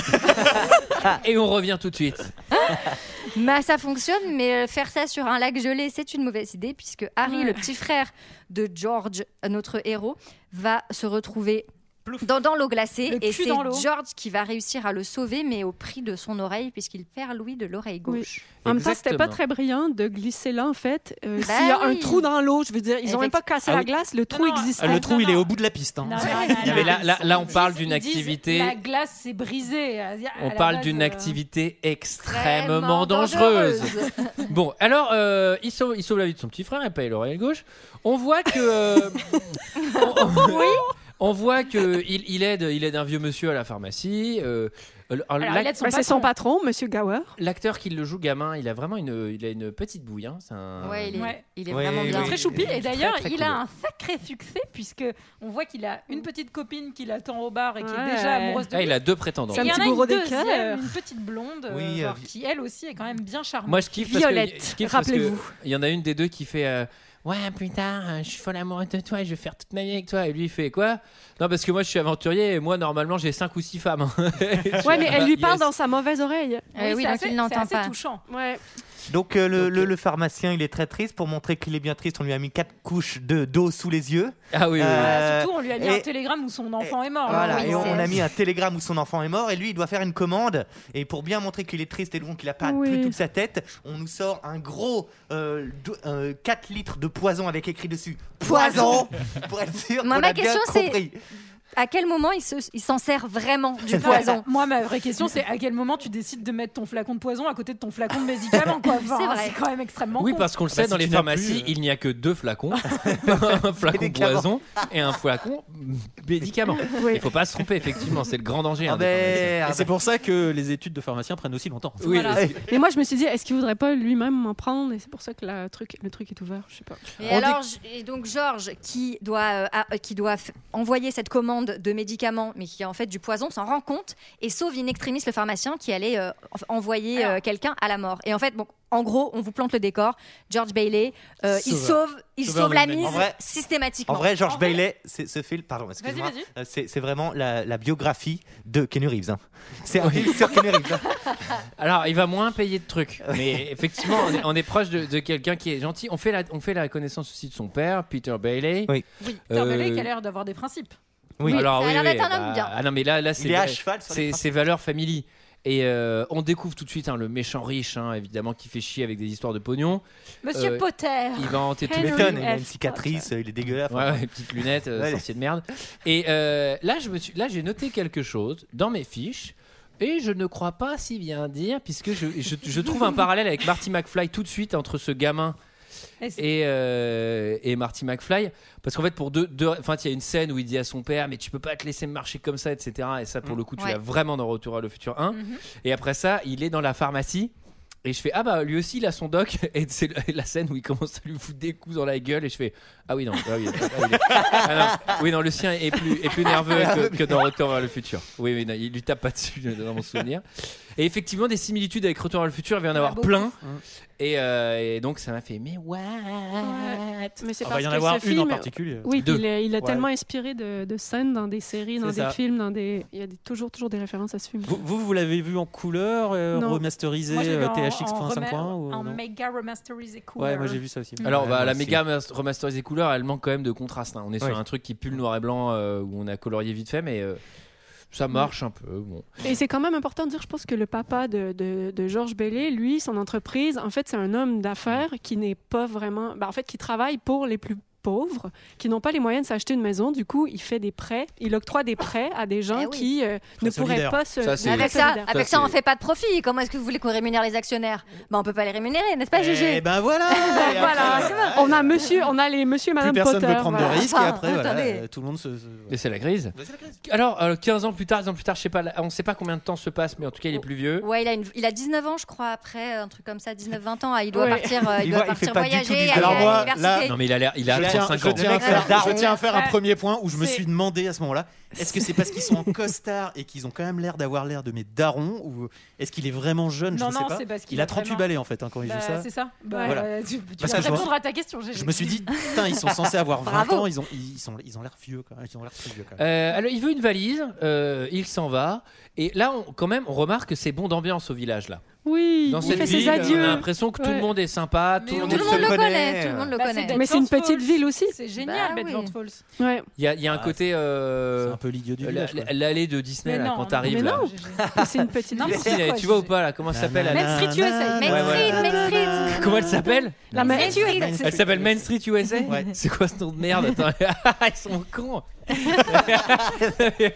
et on revient tout de suite. Bah, ça fonctionne, mais euh, faire ça sur un lac gelé, c'est une mauvaise idée, puisque Harry, Ouais. le petit frère de George, euh, notre héros, va se retrouver dans, dans l'eau glacée. Le et cul c'est dans l'eau. George qui va réussir à le sauver, mais au prix de son oreille, puisqu'il perd l'ouïe de l'oreille gauche. En même temps, c'était pas Exactement. très brillant de glisser là, en fait. Euh, Bah S'il y a un oui. trou dans l'eau, je veux dire, ils ont Effect- même pas cassé Ah la oui. glace, le trou non, existe. Ah, le trou, Non, il est non. au bout de la piste. hein. Non, non, non, non. Mais là, là, là, on parle Ils d'une disent, activité. La glace s'est brisée. À- à On la parle base, d'une euh, activité extrêmement dangereuse. Bon, alors, euh, il, sauve, il sauve la vie de son petit frère et paye l'oreille gauche. On voit que. euh, on, on- on voit que il, il aide, il aide un vieux monsieur à la pharmacie. euh, l- Alors, l'ac- il aide son Ouais, Ben, c'est patron. son patron, Monsieur Gower. L'acteur qui le joue gamin, il a vraiment une, il a une petite bouille. hein, c'est un- Ouais, il est, Ouais. il est Ouais, vraiment ouais, bien. ouais. Très choupi. Et d'ailleurs, très il cool. a un sacré succès puisque on voit qu'il a une petite copine qui l'attend au bar et qui Ouais. est déjà amoureuse de Ah, lui. il a deux prétendants. C'est un Il y en petit a une bourreau des deuxième, cœurs. Une petite blonde euh, Oui, genre, euh, qui elle aussi est quand même bien charmante. Moi, je kiffe parce que- Violette, je kiffe parce que rappelez-vous. Il y en a une des deux qui fait. euh, Ouais, plus tard, euh, je suis folle amoureuse de toi et je vais faire toute ma vie avec toi. Et lui, il fait Quoi Non, parce que moi, je suis aventurier et moi, normalement, j'ai 5 ou 6 femmes. hein. Ouais, mais elle lui parle dans sa mauvaise oreille. Euh, oui, c'est oui, donc assez- il n'entend C'est pas. assez touchant. Ouais. Donc euh, le, le- le pharmacien, il est très triste. Pour montrer qu'il est bien triste, on lui a mis quatre couches de d'eau sous les yeux. Euh, Ah oui, oui, oui. Ah, surtout, on lui a mis un télégramme où son enfant est mort. Voilà, Oh, Oui, et on, c'est- on a mis un télégramme où son enfant est mort et lui il doit faire une commande et pour bien montrer qu'il est triste et donc qu'il a pas Oui. plus toute sa tête, on nous sort un gros euh, do- euh, 4 litres de poison avec écrit dessus poison pour être sûr Moi, qu'on ma a bien question, c'est- compris. À quel moment il se- il s'en sert vraiment du Non, bah, poison Moi, ma vraie question, c'est à quel moment tu décides de mettre ton flacon de poison à côté de ton flacon de médicaments quoi. Enfin, C'est vrai. C'est quand même extrêmement hein. Oui, con. parce qu'on le Bah, sait, si dans tu les n'as pharmacies, il n'y a que deux flacons un flacon poison et un flacon médicament. Oui. Il faut pas se tromper, effectivement, c'est le grand danger. Ah hein, des pharmacies. merde. Et c'est pour ça que les études de pharmacien prennent aussi longtemps. Oui, Voilà. et- Mais moi, je me suis dit, est-ce qu'il voudrait pas lui-même m'en prendre Et c'est pour ça que la truc, le truc est ouvert. Je sais pas. Et On dit- alors, je- et donc Georges, qui doit, euh, ah, euh, qui doit f- envoyer cette commande de médicaments, mais qui a en fait du poison, s'en rend compte et sauve in extremis le pharmacien qui allait euh, enf- envoyer Alors. euh, quelqu'un à la mort. Et en fait, bon, en gros, on vous plante le décor. George Bailey, euh, il Sauveur. sauve, il Sauveur sauve de la l'humanité. mise En vrai- systématiquement. En vrai, George Oh, En vrai- Bailey, c'est ce film, pardon, excuse-moi, vas-y. euh, c'est c'est vraiment la, la biographie de Kenny Reeves. hein. C'est un film sur Kenny Reeves. hein. Alors, il va moins payer de trucs. Mais effectivement, on est, on est proche de, de quelqu'un qui est gentil. On fait, la, on fait la connaissance aussi de son père, Peter Bailey. Oui. Oui. Putain, mais là, Euh, il a l'air d'avoir des principes. Oui. Alors, Ça a oui, l'air oui, d'être un homme bien. Ah non, mais là, là Il c'est est à vrai. cheval sur les c'est, c'est valeur family. Et euh, on découvre tout de suite hein, le méchant riche, hein, évidemment, qui fait chier avec des histoires de pognon. Monsieur Euh, Potter. Il va hanter tout Hello. le Henry M'étonne, il a F. une cicatrice, euh, il est dégueulasse. Ouais, ouais, petites lunettes, euh, Ouais. sorcier de merde. Et euh, là, je me suis, là, j'ai noté quelque chose dans mes fiches. Et je ne crois pas si bien dire, puisque je, je, je trouve un parallèle avec Marty McFly tout de suite entre ce gamin Est-ce- et, euh, et Marty McFly. Parce qu'en fait, pour deux, deux, enfin, il y a une scène où il dit à son père, mais tu peux pas te laisser marcher comme ça, etc. Et ça, pour le coup, tu Ouais. l'as vraiment dans Retour à le futur 1. Mhm. Et après ça, il est dans la pharmacie. Et je fais ah bah lui aussi il a son doc et c'est le- la scène où il commence à lui foutre des coups dans la gueule et je fais ah oui non ah oui, ah oui, Ah non, oui, non, le sien est plus est plus nerveux que, que dans Retour vers le futur oui oui non, il lui tape pas dessus dans mon souvenir et effectivement des similitudes avec Retour vers le futur il va y en en a avoir beaucoup. plein et, euh, et donc ça m'a fait mais what Mais c'est Il parce va y en que avoir une ce en film. particulier. Oui, Deux. il a, il a Ouais. tellement inspiré de, de scènes dans des séries, dans C'est des ça. films, dans des. Il y a des- toujours, toujours des références à ce film. Vous, vous, vous l'avez vu en couleur, euh, Non. remasterisé, Moi, je l'ai vu euh, en- en THX.5.1 remake- ou En non méga remasterisé cool. Ouais, moi j'ai vu ça aussi. alors bah, Ouais, la moi aussi. méga mas- remasterisée couleur elle manque quand même de contraste hein. on est sur Oui. un truc qui pue le noir et blanc euh, où on a colorié vite fait mais euh, ça Mm. marche un peu bon Et c'est quand même important de dire, je pense que le papa de, de, de Georges Bellé, lui, son entreprise, en fait, c'est un homme d'affaires qui n'est pas vraiment. ben, en fait, qui travaille pour les plus pauvres, qui n'ont pas les moyens de s'acheter une maison. Du coup, il fait des prêts, il octroie des prêts à des gens Eh oui. qui euh, ne pourraient solidaire. pas se. Ça, c'est- très Avec ça, solidaires. avec Ça, ça, on c'est- fait pas de profit. Comment est-ce que vous voulez qu'on rémunère les actionnaires Bah, on peut pas les rémunérer, n'est-ce pas, Eh GG ben voilà Et après, Voilà, on a monsieur, on a les monsieur et Plus madame personne ne Potter. veut prendre voilà. de risques et Enfin, après, voilà, attendez. euh, tout le monde se. se- et c'est la crise c'est la crise. Alors, euh, 15 ans plus tard, 10 ans plus tard, je sais pas, là, on sait pas combien de temps se passe, mais en tout cas, il est plus vieux. Ouais, il a, une- il a 19 ans, je crois, après, euh, un truc comme ça, 19-20 ans. Ah, il doit Ouais. partir, euh, il Il doit voit- il partir fait pas du tout voyager, aller du- à Alors moi, l'université. Non, mais il a l'air, Ah, il a je tiens, 35 je ans. tiens à faire, D'accord. je tiens à faire un Ouais. premier point où je me C'est- suis demandé à ce moment-là est-ce que c'est parce qu'ils sont en costard et qu'ils ont quand même l'air d'avoir l'air de mes darons ou est-ce qu'il est vraiment jeune Je Non, ne sais non, pas. c'est parce qu'il Il a est 38 vraiment- balais en fait hein, quand il Bah, joue ça. C'est ça. Bah, Voilà. Tu, tu Parce vas que je vois- répondre à ta question. Gégé. Je me suis dit, putain, ils sont censés avoir 20 Bravo. ans, ils ont, ils, sont, ils ont l'air vieux quand même. Ils ont l'air très vieux quand même. Euh, alors, il veut une valise, euh, il s'en va, et là, on, quand même, on remarque que c'est bon d'ambiance au village là. Oui, Dans il cette fait ville, ses on a adieux. l'impression que tout le Ouais. monde est sympa, Mais tout le oui. monde. Tout le se monde le connaît. connaît, tout le monde le Bah, c'est connaît. Mais c'est une Bedford petite Falls. ville aussi. C'est génial, Bah, Bedford oui. Falls. Ouais. Il y a, il y a un Ah, côté euh, c'est un peu l'idiot du la- village. quoi. l'allée de Disney là, quand t'arrives mais là. non. C'est une petite Non, ville. mais Si, là, tu vois ou pas là Comment ça s'appelle Nanana, la- Main Street USA. Main Ouais, ouais. Street, Main Street. Comment elle s'appelle La ma- Main Street. Elle s'appelle Main Street USA Ouais. C'est quoi ce nom de merde Attends, ils sont cons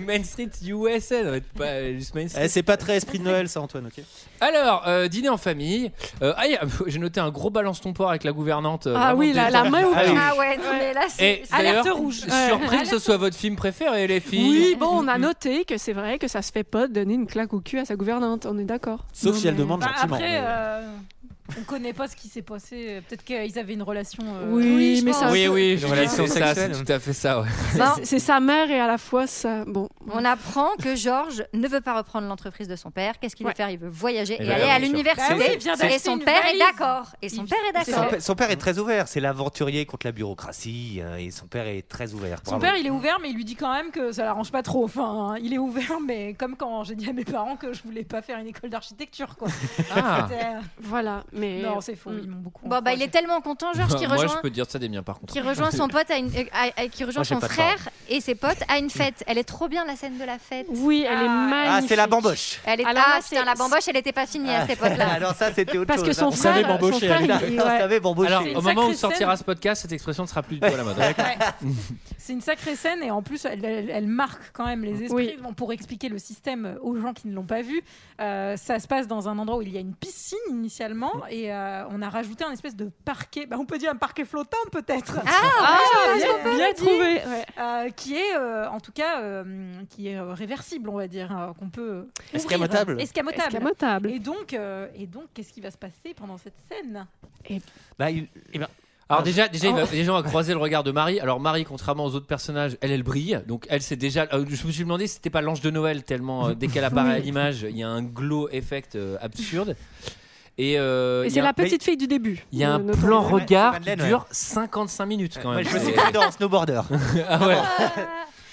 Main Street USA, ça va être pas euh, juste Main Street. Eh, c'est pas très esprit de Noël ça, Antoine, ok Alors, euh, dîner en famille. Euh, ah, il y a- j'ai noté un gros balance ton porc avec la gouvernante. euh, Ah vraiment oui, la, la détente. main ouverte. Ah ouais, non, mais là, Et c'est. d'ailleurs, Alerte rouge. surpris que ce soit votre film préféré, les filles. Oui, bon, on a noté que c'est vrai que ça se fait pas de donner une claque au cul à sa gouvernante. On est d'accord. Sauf Non, si elle mais- demande Bah, gentiment. après, mais- euh, On connaît pas ce qui s'est passé. Peut-être qu'ils avaient une relation. euh, Oui, Oui, je mais pense. ça- Oui, oui, Une je- relation c'est ça, sexuelle. c'est tout à fait ça. ouais. C'est- C'est sa mère et à la fois ça. Bon. On apprend que Georges ne veut pas reprendre l'entreprise de son père. Qu'est-ce qu'il veut faire Il veut voyager Et Eh et, ben, bah aller oui, à bien sûr. l'université. Bah oui, il vient et d'acheter son une père est valise. d'accord. Et son père est Son, d'accord. père- son père est très ouvert, c'est l'aventurier contre la bureaucratie. euh, et son père est très ouvert. Son père, il est ouvert, mais il lui dit quand même que ça l'arrange pas trop. Enfin, hein, il est ouvert, mais comme quand j'ai dit à mes parents que je voulais pas faire une école d'architecture, quoi. Euh, Ah. Voilà, mais. Non, c'est faux, ils m'ont beaucoup. Bon, bah, il est tellement content, Georges, qu'il Moi, rejoint. je peux te dire que ça des miens, par contre. qui rejoint son pote à une, euh, à- à- qui rejoint Moi, j'ai son pas de frère et ses potes à une fête. Elle est trop bien la scène de la fête. Oui, elle est Ah, c'est la bamboche. Elle est Alors là, ah, putain, la bamboche, elle était pas finie Ah. à cette époque-là. Alors ça, c'était autre Parce chose. que son On savait frère- son bambocher, frère, Alina. il- On ouais. savait bambocher. Alors, C'est une au moment où sacrée sortira scène. ce podcast, cette expression ne sera plus du tout à la mode. C'est une sacrée scène et en plus elle, elle- elle marque quand même les esprits. Oui. Bon, pour expliquer le système euh, aux gens qui ne l'ont pas vu, euh, ça se passe dans un endroit où il y a une piscine initialement et euh, on a rajouté un espèce de parquet. Bah, on peut dire un parquet flottant peut-être. Ah, bien- bien trouvé. ouais. Euh, qui est euh, en tout cas euh, qui est euh, réversible, on va dire, euh, qu'on peut ouvrir. Escamotable. Escamotable. Escamotable. Et donc, euh, et donc, qu'est-ce qui va se passer pendant cette scène Bah, Eh Ah. Alors déjà, déjà, il Oh. va- déjà, on va croiser le regard de Marie. Alors Marie, contrairement aux autres personnages, elle, elle brille. Donc elle, c'est déjà. euh, Je me suis demandé si c'était pas l'ange de Noël tellement euh, dès qu'elle apparaît à Oui. l'image, il y a un glow effect euh, absurde. Et, euh, Et il y c'est a- la petite fille du début. Il y Euh, a un de Euh, notre- plan Ouais, regard c'est qui Madeleine, ouais. dure 55 minutes quand Moi, même. je me suis C'est- cru dans un snowboarder. Ah ouais.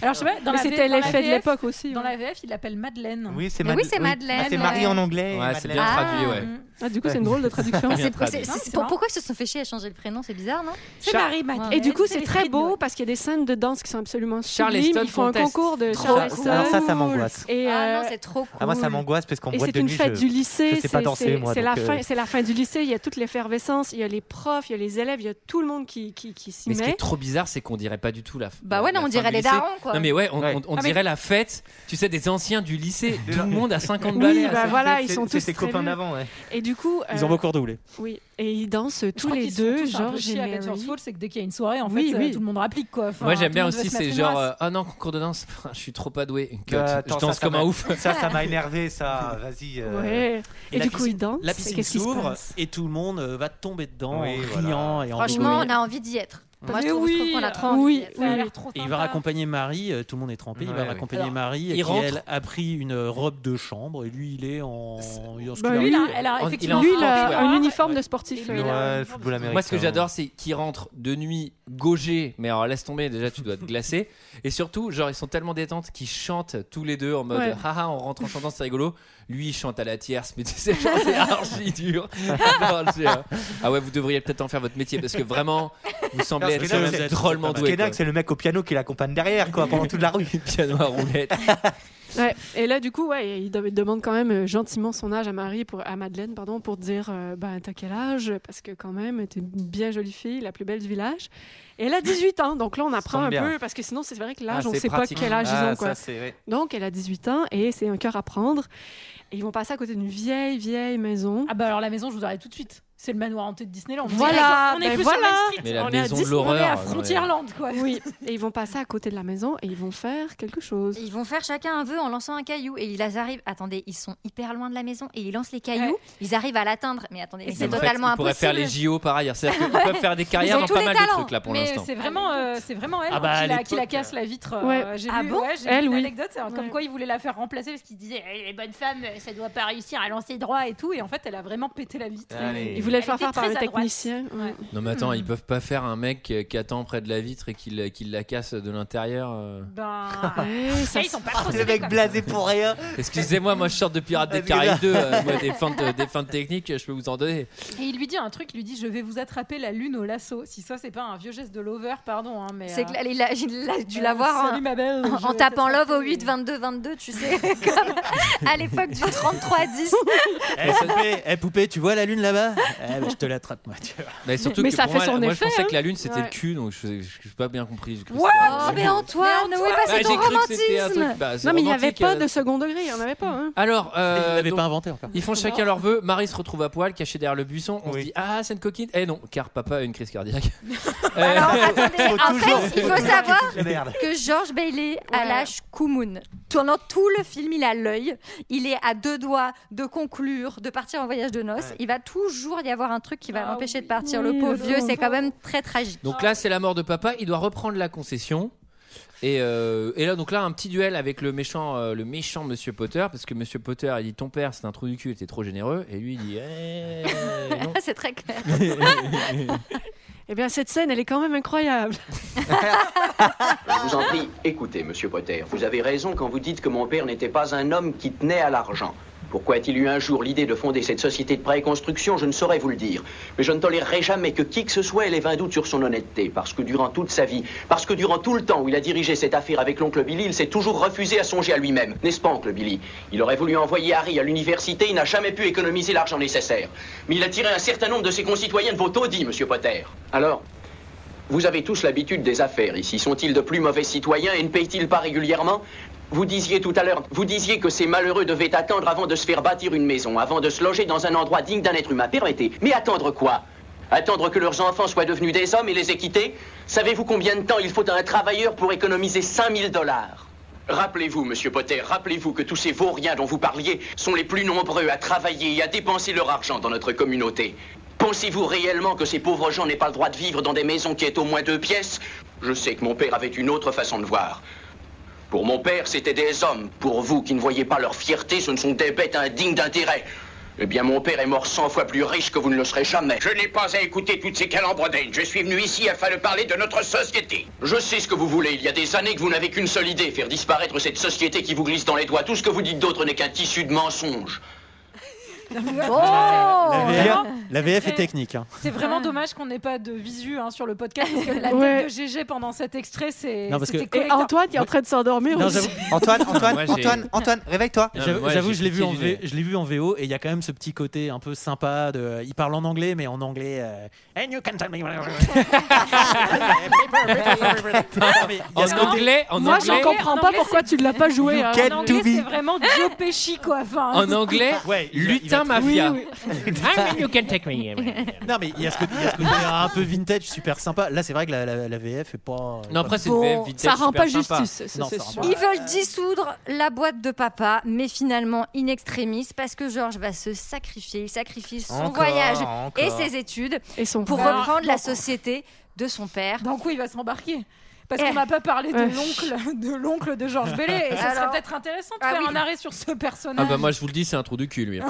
Alors, je sais pas. Dans la Mais c'était V- dans la l'effet de VF, l'époque aussi. Dans hein. la VF, il l'appelle Madeleine. Oui, c'est Mais oui, c'est Madeleine, Ah, c'est Marie ouais. en anglais. Ouais, c'est bien Ah. traduit, ouais. Mm. Ah, du coup, c'est une drôle de traduction. Bien C'est- traduit. c'est- Non, c'est- c'est pour- marrant. pourquoi ils se sont fait chier à changer le prénom C'est bizarre, non C'est Char- Marie Madeleine. Et du coup, les c'est très filles de beau Noël. parce qu'il y a des scènes de danse qui sont absolument sublimes. Charleston Ils font un contest. concours de Trop Charleston. cool. Alors ça, ça m'angoisse. Et, Ah euh, non, c'est trop cool. Ah, moi, ça m'angoisse parce qu'en Et boîte c'est de une nuit, fête je- du lycée, je sais pas c'est- danser, c'est moi, c'est donc, la, euh, fin- c'est la fin du lycée, il y a toute l'effervescence, il y a les profs, il y a les élèves, il y a tout le monde qui, qui, qui s'y Mais ce qui met. est trop bizarre, c'est qu'on dirait pas du tout la. Bah ouais, la non, on fin dirait du des lycée. darons, quoi. Non mais ouais, on, Ouais. on- on Ah, mais- dirait la fête. Tu sais, des anciens du lycée. Tout le monde à 50 balais. Oui, à bah cette voilà, fête. ils sont C'est tous ses très copains nus. d'avant, ouais. Et du coup, Ils ont euh, beaucoup redoublé. oui, et ils dansent Je tous crois les qu'ils sont deux, tous un peu George et chiés à Mary. Bedford Falls, c'est que dès qu'il y a une soirée, en Oui, fait, euh, oui. tout le monde rapplique quoi. Enfin, Moi j'aime tout bien le monde veut aussi, se mettre c'est une genre race. euh, ah non concours de danse, je suis trop pas doué. Cut. Euh, je attends, danse ça, ça comme un m'a- ouf. Ça, ça m'a énervé, ça. Vas-y. euh, Ouais. Et Et, Ah, la du coup, piscine- ils dansent. La piscine Qu'est-ce qui se s'ouvre passe et tout le monde euh, va tomber dedans Oui, en riant et en Franchement, on rigolant. a envie d'y être. Moi, je Mais trouve, je trouve oui, qu'on a trop euh, envie. oui, d'y être. Ça a oui. l'air trop Et il sympa. va raccompagner Marie, euh, tout le monde est trempé, il Ouais, va ouais. raccompagner Alors, Marie, il qui rentre. elle a pris une robe de chambre et lui il est en, en Bah, scolaire. Lui, lui, il a- elle a il a effectivement Lui, il Ouais. a Ouais. Euh, un uniforme de Et sportif. lui, euh, il a- Ouais, football américain. Moi, ce que j'adore, c'est qu'ils rentrent de nuit gaugés, mais alors laisse tomber, déjà tu dois te glacer. Et surtout, genre, ils sont tellement détentes qu'ils chantent tous les deux en mode Ouais. haha, on rentre en chantant, c'est rigolo. Lui, il chante à la tierce, mais tu sais, genre, c'est archi dur. Non, c'est, euh, ah ouais, vous devriez peut-être en faire votre métier parce que vraiment, vous semblez Non, être c'est quand vrai, même c'est- drôlement c'est pas Ce qui est doué. dingue, c'est le mec au piano qui l'accompagne derrière, quoi, pendant toute la rue. Piano à roulette. Ouais. Et là, du coup, ouais, il de- demande quand même euh, gentiment son âge à Marie, pour, à Madeleine, pardon, pour dire euh, bah, T'as quel âge Parce que, quand même, t'es une bien jolie fille, la plus belle du village. Et elle a 18 ans, donc là, on apprend tombe un bien. peu, parce que sinon, c'est vrai que l'âge, Ah, on c'est sait pratique. Ah, pas quel âge ils ont. Quoi. c'est. Donc, elle a 18 ans et c'est un cœur à prendre. Et ils vont passer à côté d'une vieille, vieille maison. Ah bah alors la maison, je vous arrête tout de suite. C'est le manoir hanté de Disneyland. Voilà, on est ben plus voilà. sur Main Street. Mais la on maison de est à Disney- l'horreur, On est à ouais. Frontierland quoi. Oui, et ils vont passer à côté de la maison et ils vont faire quelque chose. Ils vont faire chacun un vœu en lançant un caillou et ils arrivent. Attendez, ils sont hyper loin de la maison et ils lancent les cailloux. Ouais. Ils arrivent à l'atteindre, mais attendez, En fait, c'est totalement ils pourraient impossible. faire les JO par ailleurs. C'est-à-dire qu'ils peuvent faire des carrières ont dans tous pas les mal de talents. trucs là pour Mais l'instant. c'est vraiment, euh, c'est vraiment elle Ah bah, hein, qui, à la, l'époque, qui la casse la vitre. euh, Ouais. J'ai Ah vu, bon ouais, j'ai Elle, vu oui. une anecdote, c'est comme Ouais. quoi il voulait la faire remplacer parce qu'il disait Eh, les bonnes femmes, ça doit pas réussir à lancer droit et tout. Et en fait, elle a vraiment pété la vitre. Allez. Ils voulaient le Elle faire était faire par très le à droite. technicien. Ouais. ouais. Non, mais attends, ils peuvent pas faire un mec euh, qui attend près de la vitre et qui la- qui la casse de l'intérieur. euh. Ben, Ah, Ouais, ça ils sont pas trop Le serrés, mec quoi. blasé pour rien. Excusez-moi, moi je sors de Pirates Ah, des Parce que là- Caraïbes 2, euh, moi des feintes, des feintes techniques, je peux vous en donner. Et il lui dit un truc, il lui dit je vais vous attraper la lune au lasso. Si ça c'est pas un vieux geste de lover, pardon. Hein, mais C'est euh, que là, il a, il a dû euh, l'avoir salut, en- ma belle, en, je en vais tapant love t'attraper. au 8 22 22, tu sais, comme à l'époque du 33 10. Eh, poupée, eh, poupée, tu vois la lune là-bas Eh, bah, Je te l'attrape, moi. tu vois. Mais surtout Mais que ça pour fait moi, son moi effet, je pensais hein. que la lune c'était Ouais. le cul, donc je n'ai pas bien compris. Je- Oh, mais Antoine, Mais oui, bah, Ah, c'est ton j'ai cru que c'était un truc- romantisme. bah, c'est Non, mais il n'y avait romantique, pas euh. de second degré, il n'y en avait pas. hein. Alors, euh, Ils l'avaient donc, pas inventé encore. ils font chacun leur vœu. Marie se retrouve à poil, cachée derrière le buisson. On Oui. se dit Ah, c'est une coquine. Eh non, car papa a une crise cardiaque. Euh, Alors attendez, Faut en toujours- fait, il toujours faut savoir foutre la merde. que Georges Bailey a Ouais. l'âge Koumoun. Pendant tout le film, il a l'œil. Il est à deux doigts de conclure, de partir en voyage de noces. Ouais. Il va toujours d'y avoir un truc qui va l'empêcher de partir. Oui, le pauvre le vieux, c'est pauvre. quand même très tragique. Donc là, c'est la mort de papa. Il doit reprendre la concession. Et, euh, et là, donc là, un petit duel avec le méchant, euh, le méchant Monsieur Potter, parce que Monsieur Potter, il dit ton père, c'est un trou du cul, il était trop généreux, et lui, il dit. Eh, non. c'est très clair. Eh bien, cette scène, elle est quand même incroyable. Je vous en prie, écoutez, monsieur Potter, vous avez raison quand vous dites que mon père n'était pas un homme qui tenait à l'argent. Pourquoi a-t-il eu un jour l'idée de fonder cette société de préconstruction Je ne saurais vous le dire. Mais je ne tolérerai jamais que qui que ce soit ait les vains doutes sur son honnêteté, parce que durant toute sa vie, parce que durant tout le temps où il a dirigé cette affaire avec l'oncle Billy, il s'est toujours refusé à songer à lui-même. N'est-ce pas, oncle Billy Il aurait voulu envoyer Harry à l'université, il n'a jamais pu économiser l'argent nécessaire. Mais il a tiré un certain nombre de ses concitoyens de vos taudis, monsieur Potter. Alors, vous avez tous l'habitude des affaires ici. Sont-ils de plus mauvais citoyens et ne payent-ils pas régulièrement Vous disiez tout à l'heure, vous disiez que ces malheureux devaient attendre avant de se faire bâtir une maison, avant de se loger dans un endroit digne d'un être humain. Permettez, mais attendre quoi Attendre que leurs enfants soient devenus des hommes et les équiter Savez-vous combien de temps il faut à un travailleur pour économiser 5000 dollars Rappelez-vous, monsieur Potter, rappelez-vous que tous ces vauriens dont vous parliez sont les plus nombreux à travailler et à dépenser leur argent dans notre communauté. Pensez-vous réellement que ces pauvres gens n'aient pas le droit de vivre dans des maisons qui aient au moins deux pièces Je sais que mon père avait une autre façon de voir. Pour mon père, c'était des hommes. Pour vous qui ne voyez pas leur fierté, ce ne sont que des bêtes indignes d'intérêt. Eh bien, mon père est mort cent fois plus riche que vous ne le serez jamais. Je n'ai pas à écouter toutes ces calembredaines. Je suis venu ici afin de parler de notre société. Je sais ce que vous voulez. Il y a des années que vous n'avez qu'une seule idée, faire disparaître cette société qui vous glisse dans les doigts. Tout ce que vous dites d'autre n'est qu'un tissu de mensonges. Oh La VF, Oh, Vraiment, la VF est technique. hein. C'est vraiment dommage qu'on n'ait pas de visu hein, sur le podcast parce que la tête Ouais. de GG pendant cet extrait, c'est. Non, parce que- c'était Et collector. Antoine qui est en train de s'endormir Non, aussi. j'avoue- Antoine, Antoine, Moi, j'ai- Antoine, Antoine, réveille-toi. J'avoue, j'avoue, je l'ai vu, en V- V. je l'ai vu en VO et il y a quand même ce petit côté un peu sympa. De, il parle en anglais, mais en anglais. euh, And you can tell me. En anglais, en Moi, j'en anglais, comprends en pas anglais, pourquoi tu ne l'as pas joué. hein. En anglais, c'est vraiment Joe Pesci, quoi. Enfin, en anglais, lutin mafia. Oui, I mean, you can take me. Non, mais il y a ce côté, il y a ce côté un peu vintage, super sympa. Là, c'est vrai que la, la- la VF est pas. Non, après, c'est une Bon, VF vintage ça rend super pas sympa. justice, ce- Non, ce ça rend soir. pas- Ils veulent dissoudre la boîte de papa, mais finalement in extremis, parce que Georges va se sacrifier. Il sacrifie son Encore, voyage encore. et ses études et son pour père. reprendre la société de son père. Eh. Donc oui, il va s'embarquer. Parce qu'on n'a pas parlé de Ouais. l'oncle de l'oncle de Georges Bellet. Et ça serait Alors- peut-être intéressant de Ah faire oui. un arrêt sur ce Ah personnage. bah moi je vous le dis, c'est un trou du cul lui. hein.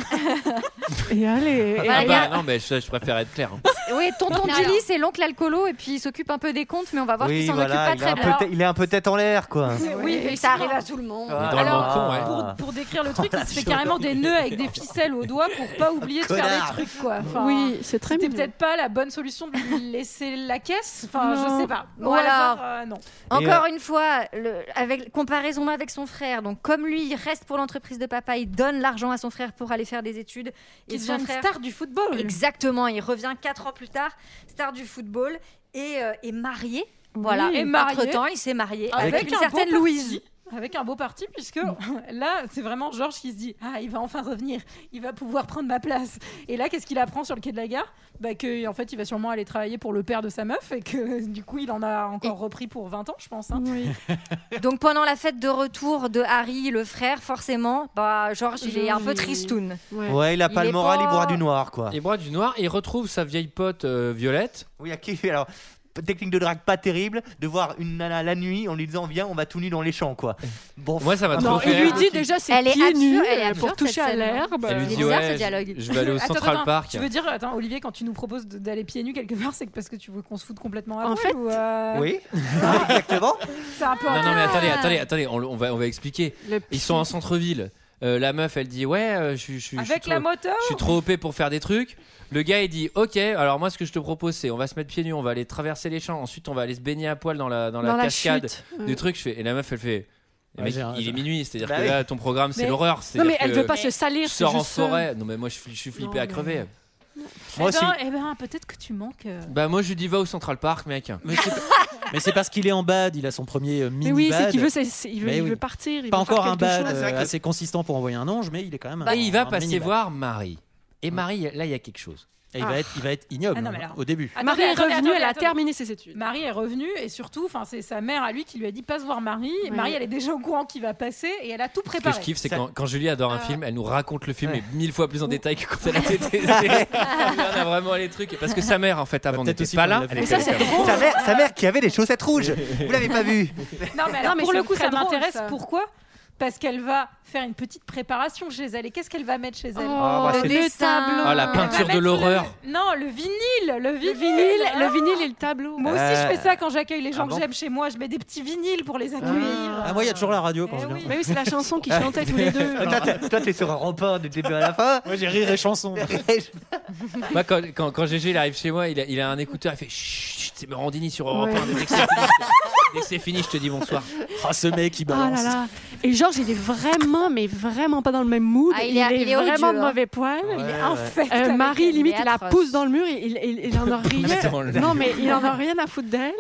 Et allez. Ah Et bah il y a- non mais je, je préfère être clair. hein. Oui, tonton Dilly, c'est l'oncle alcolo, et puis il s'occupe un peu des comptes, mais on va voir qu'il Oui, s'en voilà, il, occupe pas a très un bien. peu tê- il est un peu tête en l'air, quoi. Oui, Oui, effectivement. ça arrive à tout le monde. Ah. Alors, Normalement, con, ouais. pour, pour décrire le truc, il se fait carrément des nœuds avec des ficelles aux doigts pour pas oublier de faire Connard. les trucs. Quoi. Enfin, Oui, c'est très C'était mignon. peut-être pas la bonne solution de lui laisser la caisse. Enfin, Non. euh, je sais pas. Au Ou alors- hasard, euh, non. Encore une fois, le- avec comparaison avec son frère. Donc, comme lui, il reste pour l'entreprise de papa, il donne l'argent à son frère pour aller faire des études. Il son devient une frère- star du football. Exactement. Il revient quatre ans plus tard, star du football et euh, est marié. Voilà. Oui, Et est marié. entre temps, il s'est marié Avec avec, un une beau certaine parti. Louise. Avec un beau parti, puisque là, c'est vraiment Georges qui se dit Ah, il va enfin revenir, il va pouvoir prendre ma place. Et là, qu'est-ce qu'il apprend sur le quai de la gare bah, Que, en fait, il va sûrement aller travailler pour le père de sa meuf et que, du coup, il en a encore repris pour 20 ans, je pense. hein. Donc, pendant la fête de retour de Harry, le frère, forcément, bah, Georges, il est un peu Georges, il- tristoun. Ouais, il a pas Il le est moral, il pas- boit du noir, quoi. Il boit du noir et il retrouve sa vieille pote euh, Violette. Oui, à qui Alors, technique de drague pas terrible, de voir une nana la nuit en lui disant Viens, on va tout nu dans les champs, quoi. Bon, Moi ça m'a trop Non, fait il lui rire. dit déjà c'est Elle est pieds absurde, nus elle est pour absurde, toucher cette à scène. l'herbe. Elle lui dit, bizarre, ouais, ce Eh, je- dialogue. Je, vais aller au Attends, Central attends, Park. Tu veux dire, attends, Olivier, quand tu nous proposes de- d'aller pieds nus quelque part, c'est que parce que tu veux qu'on se foute complètement à En poil fait, ou, euh, Oui, exactement. C'est un peu Non, non, mais attendez, Ah. attendez, attendez, on, le- on va, on va expliquer. Le Ils sont en centre-ville. Euh, la meuf, elle dit Ouais, euh, je suis- je suis. je suis Avec la trop- moto Je suis trop OP pour faire des trucs. Le gars, il dit Ok, alors moi, ce que je te propose, c'est on va se mettre pieds nus, on va aller traverser les champs, ensuite, on va aller se baigner à poil dans la, dans la Dans la cascade chute, du ouais. truc. Je fais, et la meuf, elle fait Eh, Ouais, mec, j'ai un- Il est minuit, c'est-à-dire Bah que oui. là, ton programme, c'est Mais- l'horreur. Non, c'est-à-dire mais elle que veut pas se salir, Tu c'est sors en juste ça. forêt. Non, mais moi, je, fli- je suis flippé Non, à mais- crever. Moi eh aussi. ben, eh ben, peut-être que tu manques. euh, Bah, moi, je dis Va au Central Park, mec. Mais c'est- Mais c'est parce qu'il est en bad, il a son premier euh, mini Mais oui, c'est bad. qu'il veut, c'est- c'est- il veut, Eh Mais il oui. veut partir. il Pas veut faire encore un quelque bad chose. euh, assez consistant pour envoyer un ange, mais il est quand même. Et Bah, il va passer passer voir Marie. Et Marie, là, il y a quelque chose. Et il, va Ah. être, il va être ignoble Ah non, mais hein, alors- au début. Attendez, Marie est attendez, revenue, attendez, elle a attendez. terminé ses études. Marie est revenue et surtout, enfin, c'est sa mère à lui qui lui a dit passe voir Marie. Ouais. Marie, elle est déjà au courant qui va passer et elle a tout Ce que préparé. je kiffe, c'est quand, quand Julie adore Ah. un film, elle nous raconte le film mais mille fois plus en détail que quand elle a été On a vraiment les trucs. Parce que sa mère, en fait, avant, n'était pas là. Elle était avec sa mère. sa, mère, sa mère qui avait des chaussettes rouges. Vous l'avez pas vu Bah, Non, mais, alors, Non, mais pour c'est le coup, très ça drôle, m'intéresse. ça. Pourquoi Parce qu'elle va faire une petite préparation chez elle. Et qu'est-ce qu'elle va mettre chez elle Ah, bah, le c'est- dessin. tableau. Ah, la Elle va peinture de mettre l'horreur. le- Non, le vinyle, le vinyle. vinyle, Ah. le vinyle et le tableau. Moi aussi, Euh, je fais ça quand j'accueille les gens ah bon que j'aime chez moi. Je mets des petits vinyles pour les accueillir. Ah, moi, il y a toujours la radio quand je viens. Mais Eh Bah oui, c'est la chanson qui chantait tous les deux. Toi, t'es- Toi, t'es sur un repas du début à la fin. Moi, j'ai rire et chanson. Moi, quand, quand, quand Gégé il arrive chez moi, il a, il a un écouteur, il fait Chut, c'est Morandini sur Europe Ouais. 1. Dès que c'est fini, dès que c'est fini, je te dis bonsoir. Ah, ce mec, il Ah balance. là là. Et Georges, il est vraiment, mais vraiment pas dans le même mood. Ah, il il, est- est, il est vraiment odieux, de hein. mauvais poil. Ouais, ouais. Euh, Infect. avec Marie, elle, limite, il est il la atroce. pousse dans le mur. Il, il, il- il en a rien. c'est drôle. non, mais il en a rien à foutre d'elle.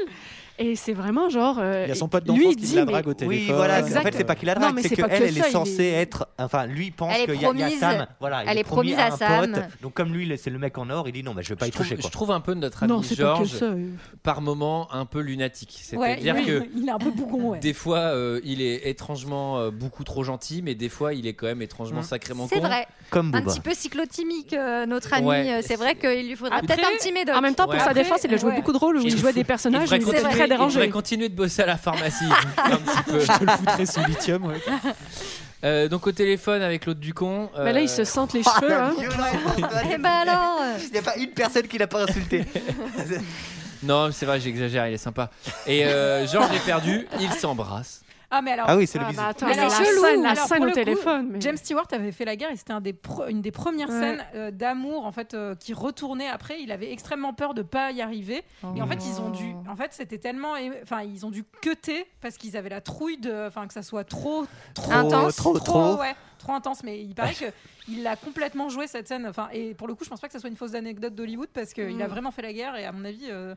Et c'est vraiment genre. euh, Il y a son pote lui, d'enfance il qui dit, la mais- drague au téléphone. Oui, voilà. c'est- En Exact. fait, c'est pas qu'il la Non, drague, mais c'est c'est qu'elle, pas que elle elle ça, est il censée est- être. Enfin, lui pense Elle est qu'il y, a- il y a promise. Sam. Voilà, il Elle est promis promise à un Sam. pote. Donc, comme lui, c'est le mec en or, il dit non, mais je vais pas Je y trouve, toucher. je Quoi. trouve un peu notre Non, ami c'est pas que Georges, ça. euh. par moment, un peu lunatique. Ouais, C'est-à-dire oui, que. il est un peu bougon. ouais. Des fois, euh, il est étrangement euh, beaucoup trop gentil, mais des fois, il est quand même étrangement Mm. sacrément Mmh. C'est con. vrai. Comme Un Booba. petit peu cyclotimique, euh, notre ami. Ouais. euh, c'est vrai qu'il lui faudrait Ah, Après- peut-être un petit médoc. En même temps, pour Ouais. sa Après, défense, il a joué ouais. beaucoup de rôles où Il il jouait des Il personnages où devrait il était continuer, très il devrait dérangé. continuer de bosser à la pharmacie. un petit peu. Je te le foutrais sous lithium. ouais. Euh, donc au téléphone avec l'autre du con. euh, Mais Bah là, il se sente les Ah, cheveux. la hein. violence, Eh ben alors euh, Il n'y a pas une personne qui l'a pas insulté. Non, c'est vrai, j'exagère, il est sympa. Et euh, Georges est perdu, il s'embrasse. Ah, mais alors, Ah oui, c'est le Ah, bisou. bah, attends, Mais la c'est chelou. scène, la Alors, scène pour au le coup, téléphone. mais- James Stewart avait fait la guerre et c'était un des pre- une des premières Ouais. scènes euh, d'amour en fait euh, qui retournait après. Il avait extrêmement peur de pas y arriver. Et en fait, ils ont dû. En fait, c'était tellement. é- Enfin, ils ont dû cutter parce qu'ils avaient la trouille de. Enfin, que ça soit trop. Trop Intense. trop, trop. ouais, trop intense. Mais il paraît que il a complètement joué cette scène. Enfin, et pour le coup, je pense pas que ça soit une fausse anecdote d'Hollywood parce qu'il Mm. a vraiment fait la guerre et à mon avis. euh,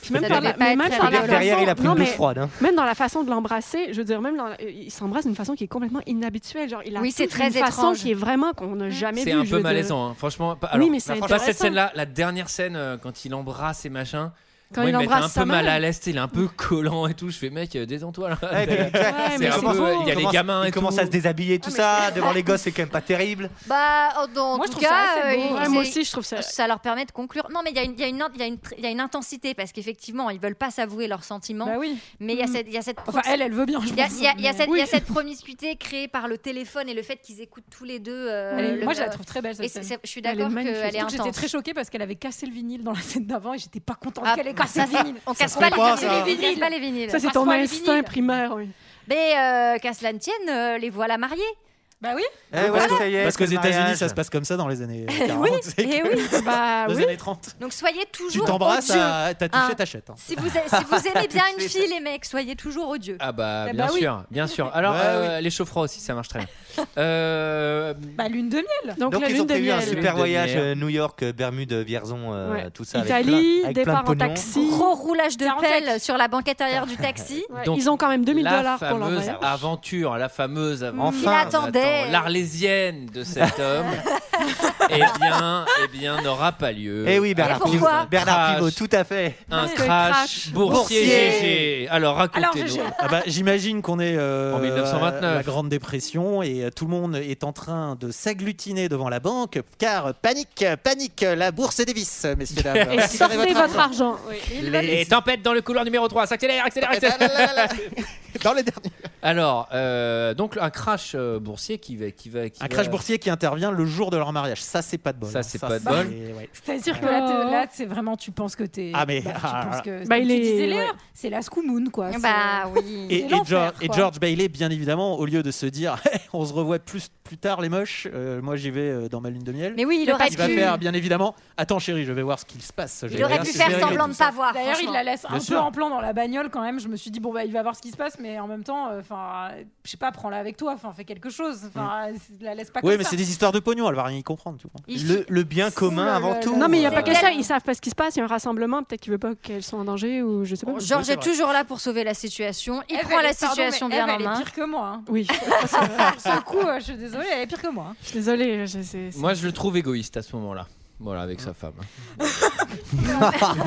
Puis même Ça par devait la- pas mais être même très par la violent. Derrière, façon- il a pris non, une douche mais- froide. hein. Même dans la façon de l'embrasser, je veux dire, même dans la- il s'embrasse d'une façon qui est complètement inhabituelle. Genre, il a Oui, c'est toute très une façon étrange. qui est vraiment qu'on Mmh. n'a jamais C'est vue. un je peu veux dire. malaisant, hein. franchement. pas- Alors, oui, mais c'est pas cette intéressant. scène-là, la dernière scène euh, quand il embrasse et machin. Quand moi, il il m'était embrasse un sa peu mal mère. à l'aise, il est un peu collant et tout. Je fais mec, euh, détends-toi là. Ouais, puis- Ouais, mais un c'est Ah, peu- beau. il y a des commence- gamins et Il commence tout. à se déshabiller, tout ça. Devant les gosses, c'est quand même pas terrible. Bah, en- dans Moi, je tout trouve cas, ça assez euh, beau. ils- Ouais, moi c'est- aussi, je trouve ça. ça leur permet de conclure. Non, mais il y, a une- il y a une- il y a une tr- il y a une intensité parce qu'effectivement, ils veulent pas s'avouer leurs sentiments. Bah oui. Mais il y a Mm. cette. il y a cette Enfin, proxi- elle, elle veut bien. je il y a- pense. il y a- il y a cette- il y a Oui. cette promiscuité créée par le téléphone et le fait qu'ils écoutent tous les deux. euh, Elle est- le- moi, je la trouve très belle cette Et c'est- scène. c'est- je suis Elle est d'accord magnifique. qu'elle est Surtout que J'étais intense. très choquée parce qu'elle avait cassé le vinyle dans la scène d'avant et j'étais pas contente Ah, qu'elle ait bah, cassé ça, le vinyle. On casse fait pas, quoi, les ça vinyles. on casse pas les vinyles. Ça, c'est ton Embrasse-moi, les instinct vinyles. primaire. oui. Mais euh, qu'à cela ne tienne, euh, les voilà mariés. Bah oui. Eh ouais, parce que- ça y est, parce c'est qu'aux le États-Unis, mariage. ça se passe comme ça dans les années 40. c'est Eh que- oui, bah dans les oui. années 30. Donc soyez Tu toujours t'embrasses, odieux. à- t'as touché, Ah. t'achètes. hein. Si vous, a- si vous aimez bien une C'est- fille, les mecs, soyez toujours odieux. Ah bah Eh bien bah oui. sûr, bien sûr. Alors Ouais, euh, les chauffeurs aussi, ça marche très bien. Euh, Bah lune de miel. Donc, Donc, la ils ont lune de prévu un miel. super Lune de voyage miel. euh, New York, euh, Bermude, Vierzon, euh, Ouais. tout ça. avec Italie, plein- avec plein de départ en pognon. taxi. Gros roulage de 40 pelle sur la banquette arrière du taxi. Ouais, Donc, ils ont quand même 2000 la dollars pour leur fameuse voyage. aventure, la fameuse aventure. Enfin. Il attendait. Attends, L'arlésienne de cet homme, eh bien, eh bien, n'aura pas lieu. Eh oui, Bernard Et Pivot. hein. pourquoi Bernard Crash. Pivot, tout à fait. Un Parce que crash Ah, crash boursier. boursier. GG. Alors Alors, racontez-nous. GG. Ah bah, J'imagine qu'on est euh, En 1929. à la Grande Dépression et euh, tout le monde est en train de s'agglutiner devant la banque car euh, panique, euh, panique, euh, la bourse dévisse, euh, messieurs dames. Et Récupérez sortez votre argent. argent. oui. Les tempêtes dans le couloir numéro 3, s'accélère, accélère, accélère. Dans le dernier. Alors, euh, donc un crash euh, boursier qui va, qui va, qui Un va- crash boursier qui intervient le jour de leur mariage. Ça, c'est pas de bol. Ça, hein. c'est pas de bol. c'est- ouais. C'est-à-dire que là, Oh. t'es- là, c'est vraiment, tu penses que t'es. Ah, mais- bah, tu ah, penses ah, que. Bah, comme il tu est- disais, ouais. Léa, c'est la Scoomoon, quoi. C'est- Bah oui. Et, et l'enfer, George, et quoi. George Bailey, bien évidemment, au lieu de se dire eh, on se revoit plus, plus tard, les moches, euh, moi j'y vais euh, dans ma lune de miel. Mais oui, il aurait il va pu. faire, bien évidemment, attends chérie, je vais voir ce qu'il se passe. Il aurait Je pu faire vais semblant regarder de tout ça. pas voir. D'ailleurs, il franchement. la laisse un Bien peu sûr. en plan dans la bagnole quand même. Je me suis dit, bon, bah, il va voir ce qui se passe, mais en même temps, euh, enfin, euh, je sais pas, prends-la avec toi, enfin, fais quelque chose. Enfin, euh, la laisse pas Oui, comme Mm. mais ça. c'est des histoires de pognon, elle va rien y comprendre. Tu vois. Il- Oh Le, le bien commun là avant là tout. là. Euh, Non, mais il n'y a euh, C'est pas que ça. tellement- Ils savent pas ce qui se passe. Il y a un rassemblement. Peut-être qu'ils veulent pas qu'elles soient en danger ou je sais pas. Georges c'est est vrai. toujours là pour sauver la situation. Il Eve, prend elle la est- pardon, situation mais bien Eve, en Elle est main. pire que moi. hein. Oui, Pour ce coup, euh, je suis désolée, elle est pire que moi. hein. je suis désolée. je- c'est- c'est- Moi, je le trouve égoïste à ce moment-là. Voilà, avec sa femme.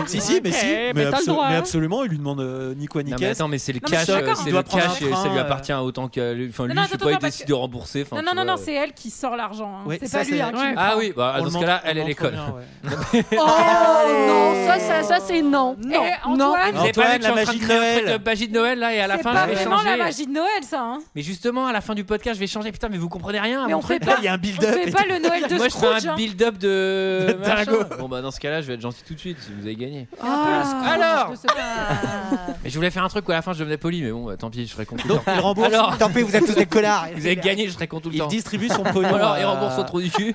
si, si, mais si. Mais, abso- hein. mais hein. absolument, il lui demande euh, ni quoi ni Non, mais qu'est-ce. attends, mais c'est le cash, euh, c'est Il le doit prendre un cash et train, ça lui euh, appartient autant qu'à lui. Enfin, Non, lui, non, je sais attends, pas, il attends, décide de rembourser. enfin, Non, tu non, non, vois, non, euh. c'est elle qui sort l'argent. hein. Ouais, c'est ça, pas lui. c'est- hein, qui le Ah prend. oui, bah, On le dans ce cas-là, montre- on elle, le elle est montre conne. bien, ouais. Oh, non, ça, ça, ça, c'est non. Non, Eh, Antoine, Vous Antoine, avez pas vu que je suis en la train magie de de créer un Noël. truc de magie de Noël là et à la c'est fin pas je vais vraiment la changer. magie de Noël, ça. hein. Mais justement, à la fin du podcast, je vais changer. Putain, mais vous comprenez rien. à Mais mon on fait truc. pas, Il y a un on build-up. fait et pas tout. le Noël de Moi, je Scrooge. fais un hein. build-up de De machin. dingo. Bon bah dans ce cas-là, je vais être gentil tout de suite si vous avez gagné. Ah. Alors, Je sais pas. mais je voulais faire un truc où à la fin je devenais poli, mais bon, bah, tant pis, je serais con tout le Donc, temps. il rembourse. Alors, Tant pis, vous êtes tous des connards. vous avez gagné, je serais con tout le Il temps. distribue son pognon. euh, Alors, à- il rembourse son trou du cul.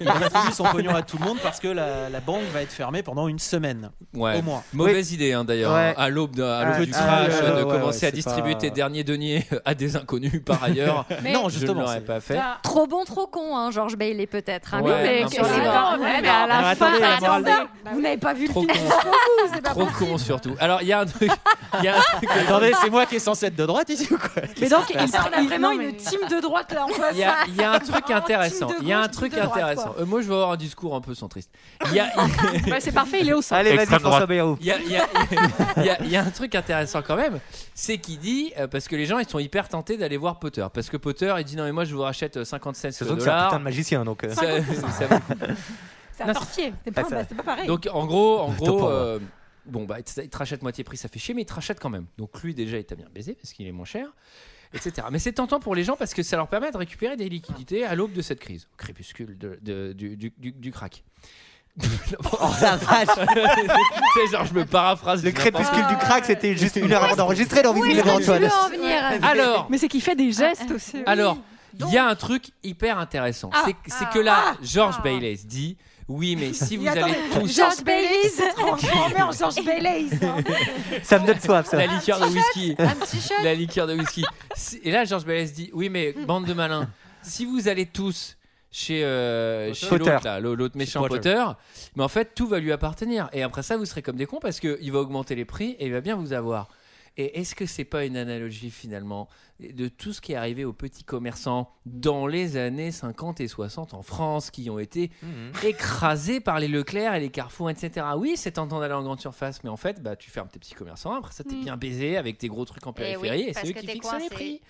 il distribue son pognon à tout le monde parce que la, la banque va être fermée pendant une semaine Ouais. au moins. Mauvaise idée hein, d'ailleurs, hein, Ouais. à l'aube de- à Ah, l'aube le du petit- crash, ah, euh, de ouais, commencer ouais, à c'est distribuer pas- tes derniers deniers à des inconnus par ailleurs. Mais- non, je ne justement. l'aurais c'est- pas fait. T'as- Trop bon, trop con, hein, Georges Bailey, peut-être. hein, Ouais, mais non, que- c'est vrai. attends, Ouais, mais mais à alors, la attendez, la fin, morale attendez. Bah Vous n'avez pas vu le Trop film con. jusqu'au bout, c'est pas Trop possible. con surtout. Alors, il y a un truc. il y a un truc- Attendez, c'est moi qui est censé être de droite ici ou quoi Mais donc, il On a il- vraiment non, mais- une team de droite là en face. Il y, a, il y a un truc Vraiment, intéressant. team de Il y a un gauche, truc team de droite, intéressant. Euh, moi, je vais avoir un discours un peu centriste. Il y a, Ouais, c'est parfait, il est au centre. Allez, vas-y, Extrême François droite. Bayrou. il y, a, il y a- il y a- il y a un truc intéressant quand même. C'est qu'il dit, euh, parce que les gens, ils sont hyper tentés d'aller voir Potter. Parce que Potter, il dit Non, mais moi, je vous rachète euh, 57 C'est sûr que c'est un dollars. putain de magicien, donc. euh, Ça- ça vaut le coup. C'est Non, un sorcier. C'est Ah, pas, ça- bah, c'est pas pareil. Donc, en gros, en Top gros pour moi. euh, bon, bah, il te- il te rachète moitié prix, ça fait chier, mais il te rachète quand même. Donc, lui, déjà, il t'a bien baisé parce qu'il est moins cher. Etc. Mais c'est tentant pour les gens parce que ça leur permet de récupérer des liquidités à l'aube de cette crise, au crépuscule de- de- du, du, du- du crack. Oh la vache c'est genre, je me paraphrase. Le je n'importe crépuscule quoi. du crack, c'était juste une heure avant d'enregistrer dans Où Vive est-ce libre que tu Antoine. veux en venir Alors, Mais c'est qu'il fait des gestes aussi. alors, il y a un truc hyper intéressant. Ah. c'est c'est que là, George Bailey se dit oui, mais si vous Mais avez attendez, tous Georges Bailey, c'est transformé en Georges Bailey. ça. Ça me donne soif, ça. la liqueur de whisky, Un petit shot la liqueur de whisky. Si- Et là, George Bailey se dit oui, mais Mm. bande de malins, si vous allez tous chez, euh, chez Potter. l'autre, là, l'au- l'autre méchant Potter. Potter, mais en fait, tout va lui appartenir. Et après ça, vous serez comme des cons parce qu'il va augmenter les prix et il va bien vous avoir. Et est-ce que c'est pas une analogie finalement de tout ce qui est arrivé aux petits commerçants dans les années 50 et 60 en France qui ont été écrasés Mmh. par les Leclerc et les Carrefour, etc. Oui, c'est tentant d'aller en grande surface, mais en fait, bah, tu fermes tes petits commerçants, après ça, t'es Mm. bien baisé avec tes gros trucs en Eh oui, périphérie, et, parce c'est eux que qui t'es fixent coincé. les prix.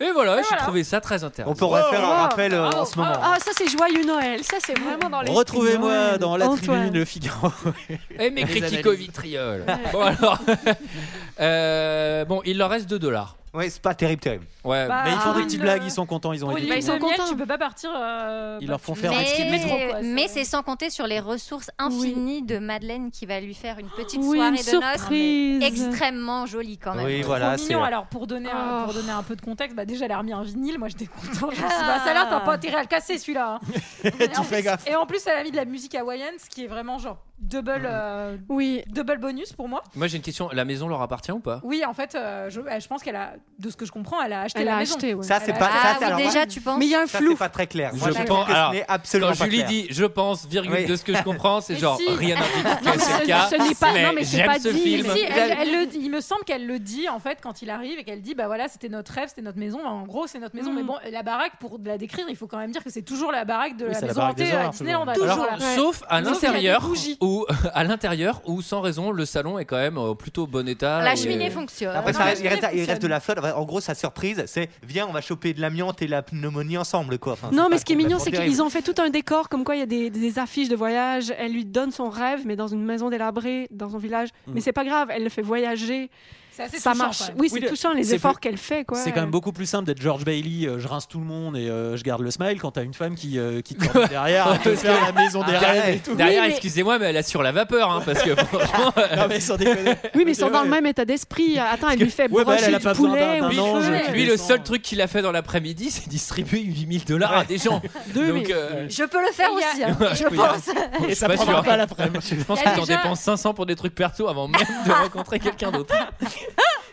Et voilà, j'ai trouvé ça très intéressant. On pourrait faire un rappel euh, en ce moment. Ah, ça c'est joyeux Noël, ça c'est vraiment dans les. Retrouvez-moi dans la Antoine. tribune Le Figaro. Et mes Les critiques analyses. au vitriol. bon, alors. euh, bon, il leur reste 2 dollars. Ouais, c'est pas terrible, terrible. Ouais. Bah, Mais ils font des petites une- blagues, ils sont contents, ils ont Pour une aidé. Bah, ligne ils sont de miel, contents. tu peux pas partir. euh, Ils bah, leur tu- font faire Mais- un petit de métro, quoi, Mais, c'est- mais c'est sans compter sur les ressources infinies de Madeleine qui va lui faire une petite Oui, soirée une de surprise. noces extrêmement jolie quand même. Euh, Oui, Trop voilà, c'est. mignon. Alors pour donner, un, Oh. pour donner un peu de contexte, bah déjà elle a remis un vinyle. Moi j'étais content. Je me suis dit, bah, ça a Ah. l'air t'as pas intérêt à le casser celui-là. hein. et, en fais plus, gaffe. et en plus elle a mis de la musique hawaïenne, ce qui est vraiment genre double euh, Oui. double bonus pour moi. Moi, j'ai une question. La maison leur appartient ou pas Oui en fait euh, je, euh, je pense qu'elle a de ce que je comprends elle a acheté Elle la a maison. acheté, ouais. Ça, c'est Ah, pas. ça, Ah c'est- oui, alors, déjà, tu penses Mais il y a un ça, flou. c'est pas très clair. Je Moi, trouve pense- que ce alors, n'est absolument Quand pas Julie clair. dit je pense, virgule Oui. de ce que je comprends, c'est Mais genre si. rien n'indique Non, que mais c'est ce- le cas. ce n'est pas- mais non, mais c'est j'aime pas ce dit, film. Mais si, Il elle- a- elle le dit- il me semble qu'elle le dit en fait quand il arrive et qu'elle dit bah voilà c'était notre rêve c'était notre maison Bah, en gros c'est notre maison Mm. mais bon la baraque pour la décrire il faut quand même dire que c'est toujours la baraque de Oui, la c'est la maison baraque des hantée à horreurs, Disneyland toujours. toujours Alors, là. sauf Sauf à qu'il y a des l'intérieur bougies. où, à l'intérieur où, sans raison, le salon est quand même euh, plutôt bon état. La et- cheminée fonctionne. Après, non, ça mais reste- il, la reste, cheminée il reste de la flotte. En gros, sa surprise, c'est viens, on va choper de l'amiante et la pneumonie ensemble, quoi. Enfin, Non, c'est mais pas ce qui est mignon, c'est complètement qu'ils ont fait tout un décor, comme quoi il y a des, des affiches de voyage. Elle lui donne son rêve, mais dans une maison délabrée, dans son village. Mais c'est pas grave, elle le fait voyager. C'est assez ça touchant, marche. quand même. Oui, Mm. Oui, c'est le- touchant les c'est efforts plus- qu'elle fait. quoi. C'est quand même beaucoup plus simple d'être George Bailey, euh, je rince tout le monde et euh, je garde le smile quand t'as une femme qui, euh, qui te tend derrière, te faire la maison des Ah, rêves et ouais. tout. Derrière, mais- excusez-moi, mais elle assure la vapeur, hein, parce que franchement, euh, Non, mais sans déconner. Oui, mais ils sont Ouais. dans le même état d'esprit. Attends, elle lui fait Ouais, bah, elle, brocher elle a du pas besoin poulet. d'un- euh, au d'un feu. ange qui lui, le descend. seul truc qu'il a fait dans l'après-midi, c'est distribuer 8000 dollars à des gens. Deux, Donc, mais- euh, Je peux le faire Et il y a- aussi, hein, Ouais, je oui, hein. pense. Et ça Je suis pas prendra sûr. pas l'après-midi. je pense Il y a qu'il t'en déjà- dépense 500 pour des trucs perso avant même de rencontrer quelqu'un d'autre.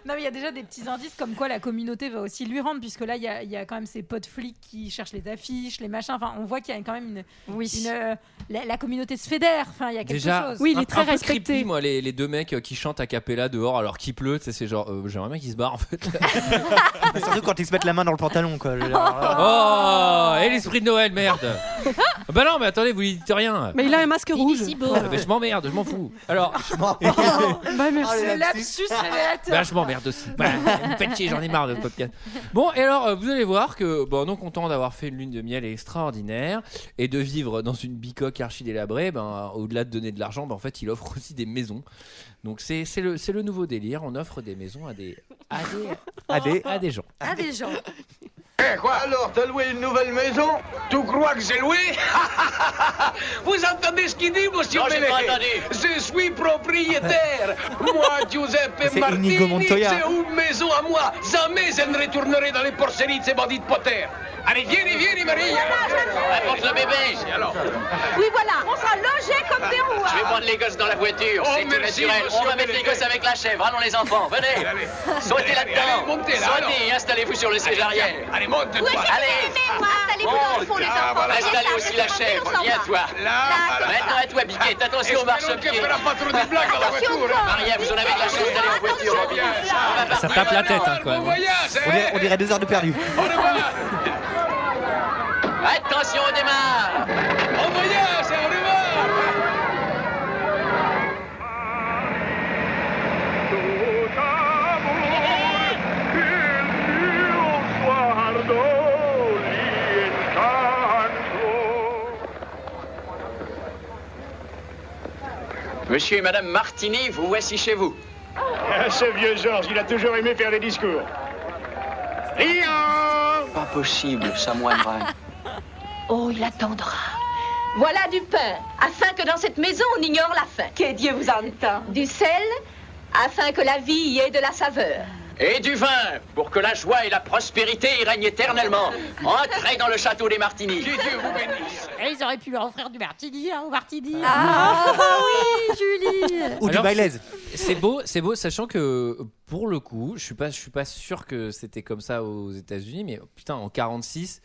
Non, mais il y a déjà des petits indices comme quoi la communauté va aussi lui rendre, puisque là, il y a, il y a quand même ces potes flics qui cherchent les affiches, les machins. Enfin, on voit qu'il y a quand même une. Oui. une, euh, la, la communauté se fédère. Enfin, il y a quelque Déjà, chose. Oui, il est un- très un peu respecté. creepy, moi, les, les deux mecs euh, qui chantent à cappella dehors alors qu'il pleut, tu sais, c'est genre, euh, j'aimerais bien qu'ils se barrent en fait. euh, Surtout quand ils se mettent la main dans le pantalon, quoi. Genre, Oh, et l'esprit de Noël, merde Ah Bah non, mais attendez, vous lui dites rien. Mais il a un masque rouge. Ah, mais je m'emmerde, je m'en fous. Alors, je Bah, merci. Oh, Le lapsus révélateur. Bah, je m'emmerde aussi. Voilà, vous faites chier, j'en ai marre de ce podcast. Bon, et alors, euh, vous allez voir que, bon, non content d'avoir fait une lune de miel extraordinaire et de vivre dans une bicoque archidélabrée, ben, au-delà de donner de l'argent, ben, en fait, il offre aussi des maisons. Donc, c'est c'est le, c'est le nouveau délire. On offre des maisons à des, à des, à des- à des gens. Ah, des gens. Eh quoi alors, t'as loué une nouvelle maison Tu crois que j'ai loué Vous entendez ce qu'il dit, monsieur Non, j'ai pas Benelli entendu. Je suis propriétaire Moi, Giuseppe C'est Martini, Inigo Montoya. c'est une maison à moi Jamais je ne retournerai dans les porceries de ces bandits de Potter Allez, viens, viens, Marie euh, Apporte le bébé. alors Oui, voilà, on sera logés comme des roues. hein. Je vais prendre les gosses dans la voiture, Oh, c'est tout merci, naturel. monsieur On va mettre les Benelli. gosses avec la chèvre. Allons les enfants, venez. Allez, Sautez allez, allez, là-dedans. montez là, Sautez, installez-vous sur le siège arrière. Allez, monte Où est-ce toi que Allez. vous moi Installez-vous dans le fond, les Ah, enfants. voilà. Viens, Installez ça, aussi c'est la parti, chèvre. on s'en Viens, va. toi. Là, voilà. Maintenant à toi, Biquette. Attention au Espérons marche-pied. qu'elle fera pas trop de blagues à la Attention, voiture quoi. Maria, vous en avez de la chance d'aller en voiture. Attention, Bien. On là. va partir Ça tape la maintenant. tête, hein, quand Bon même. voyage, On dirait, hein on dirait deux heures de perdu. On est voilà. Attention, on démarre. Bon voyage, on est voilà. Monsieur et Madame Martini, vous voici chez vous. Ce vieux Georges, il a toujours aimé faire les discours. Pas possible, Samoine Ryan. Oh, il attendra. Voilà du pain, afin que dans cette maison, on ignore la faim. Que Dieu vous entend. Du sel, afin que la vie y ait de la saveur. Et du vin, pour que la joie et la prospérité y règnent éternellement. Entrez dans le château des Martini. Que Dieu vous bénisse. Eh, ils auraient pu leur offrir du martini, hein, au martini. Ah oui, Julie. Ou du Alors, baileys. C'est beau, c'est beau, sachant que pour le coup, je suis pas, je suis pas sûr que c'était comme ça aux États-Unis, mais putain, en 46,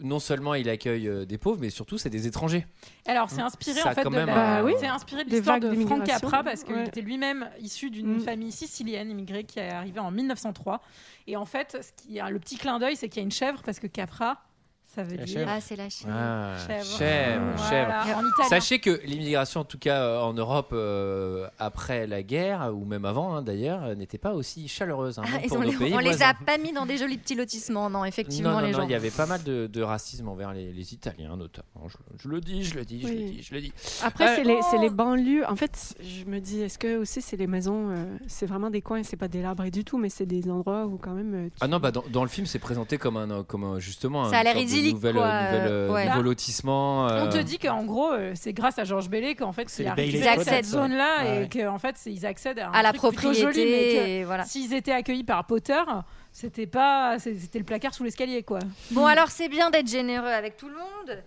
non seulement il accueille euh, des pauvres, mais surtout c'est des étrangers. Alors, c'est inspiré Mmh. Ça, en fait quand de même, la- Bah oui. c'est inspiré de Ah Des l'histoire vagues de Frank d'immigration. Capra parce qu'il Ouais. était lui-même issu d'une Mm. famille sicilienne immigrée qui est arrivée en 1903. Et en fait, ce qui a le petit clin d'œil, c'est qu'il y a une chèvre parce que Capra, ça veut La dire chèvre. Ah, c'est la chèvre. Ah, Chèvre. chèvre, chèvre. Voilà, en italien. Sachez que l'immigration, en tout cas euh, en Europe, euh, après la guerre, ou même avant hein, d'ailleurs, euh, n'était pas aussi chaleureuse. hein, Ah, même ils pour ont nos les- pays on les voisins. a pas mis dans des jolis petits lotissements, non, effectivement, non, non, les non, gens. il y avait pas mal de, de racisme envers les, les Italiens, notamment. Je, je le dis, je le dis, je le Oui. dis, je le dis. Après, Euh, c'est les, Oh. c'est les banlieues. En fait, je me dis, est-ce que aussi c'est les maisons, euh, c'est vraiment des coins, c'est pas délabré du tout, mais c'est des endroits où quand même. euh, tu- Ah non, bah dans, dans le film, c'est présenté comme un, euh, comme un- justement Ça a une l'air sorte de idyllique, nouvelle, quoi, euh, nouvelle, euh, euh, ouais. nouveau Là, lotissement. On euh, te dit qu'en gros, euh, c'est grâce à Georges Bellé qu'en fait, il C'est les arrive Bailey dans Codes. cette zone-là Ouais. et qu'en fait, c'est- ils accèdent à, un À la truc plutôt propriété, joli, mais et que voilà. s'ils étaient accueillis par Potter, c'était pas, c'est- c'était le placard sous l'escalier, quoi. Bon, alors c'est bien d'être généreux avec tout le monde,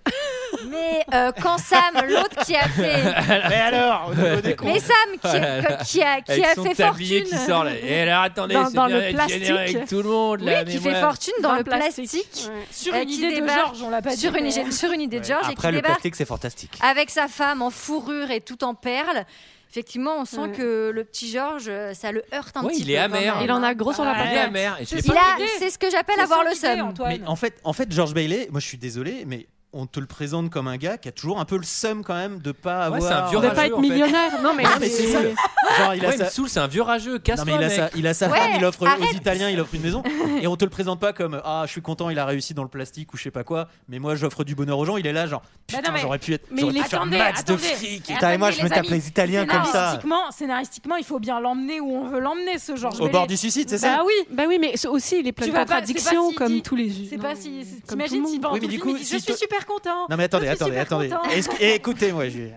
mais euh, quand Sam, l'autre qui a fait. Mais alors, au niveau des Mais comptes. Sam, qui, que- qui a, qui avec a son fait tablier fortune. euh, qui sort là. Et alors attendez, Dans- c'est dans bien le d'être généreux plastique. avec tout le monde là. oui, qui mais fait moi- fortune dans, le plastique. Ouais. Sur Euh, une qui idée de débarque Georges, on l'a pas dit. Sur une, mais- sur une idée de George et qui Après, le débarque plastique, c'est fantastique. avec sa femme en fourrure et tout en perles. Effectivement, on sent Ouais. que le petit Georges, euh, ça le heurte un Ouais, petit il peu. est quand amer. même. Il en a gros sur la Il est patate. amer. Et je l'ai C'est pas- Il a- idée. c'est ce que j'appelle avoir le seum. Mais en fait, en fait, George Bailey, moi je suis désolé, mais on te le présente comme un gars qui a toujours un peu le seum quand même de pas Ouais, c'est avoir. un On vieux ne rageux, pas en être fait. millionnaire. Non, mais, Non, mais c'est ça. Genre, il a Ouais, il sa- me saoule, c'est un vieux rageux. Non, Casse-toi, mais il a, mec. sa, il a sa Ouais, femme, il offre euh, arrête. aux Italiens, il offre une maison. Et on te le présente pas comme Ah, je suis content, il a réussi dans le plastique ou je sais pas quoi, mais moi j'offre du bonheur aux gens. Il est là, genre Bah non, Putain, mais- j'aurais pu être. mais j'aurais il pu est- faire attendez, max de attendez. fric. Putain, et moi, je me tape les Italiens comme ça. Scénaristiquement, scénaristiquement, il faut bien l'emmener où on veut l'emmener, ce Georges Au Bailey. bord du suicide, c'est ça Bah oui, bah oui, mais c'est aussi, il est plein Tu de vas pas- c'est pas contradictions si comme dit- tous les. C'est non, pas si. comme c'est- tout le T'imagines monde. si Oui, mais du coup, dit, Je si suis te- super content. Non, mais attendez, Je suis attendez, super attendez. content. Est-ce que- eh, Écoutez-moi, je...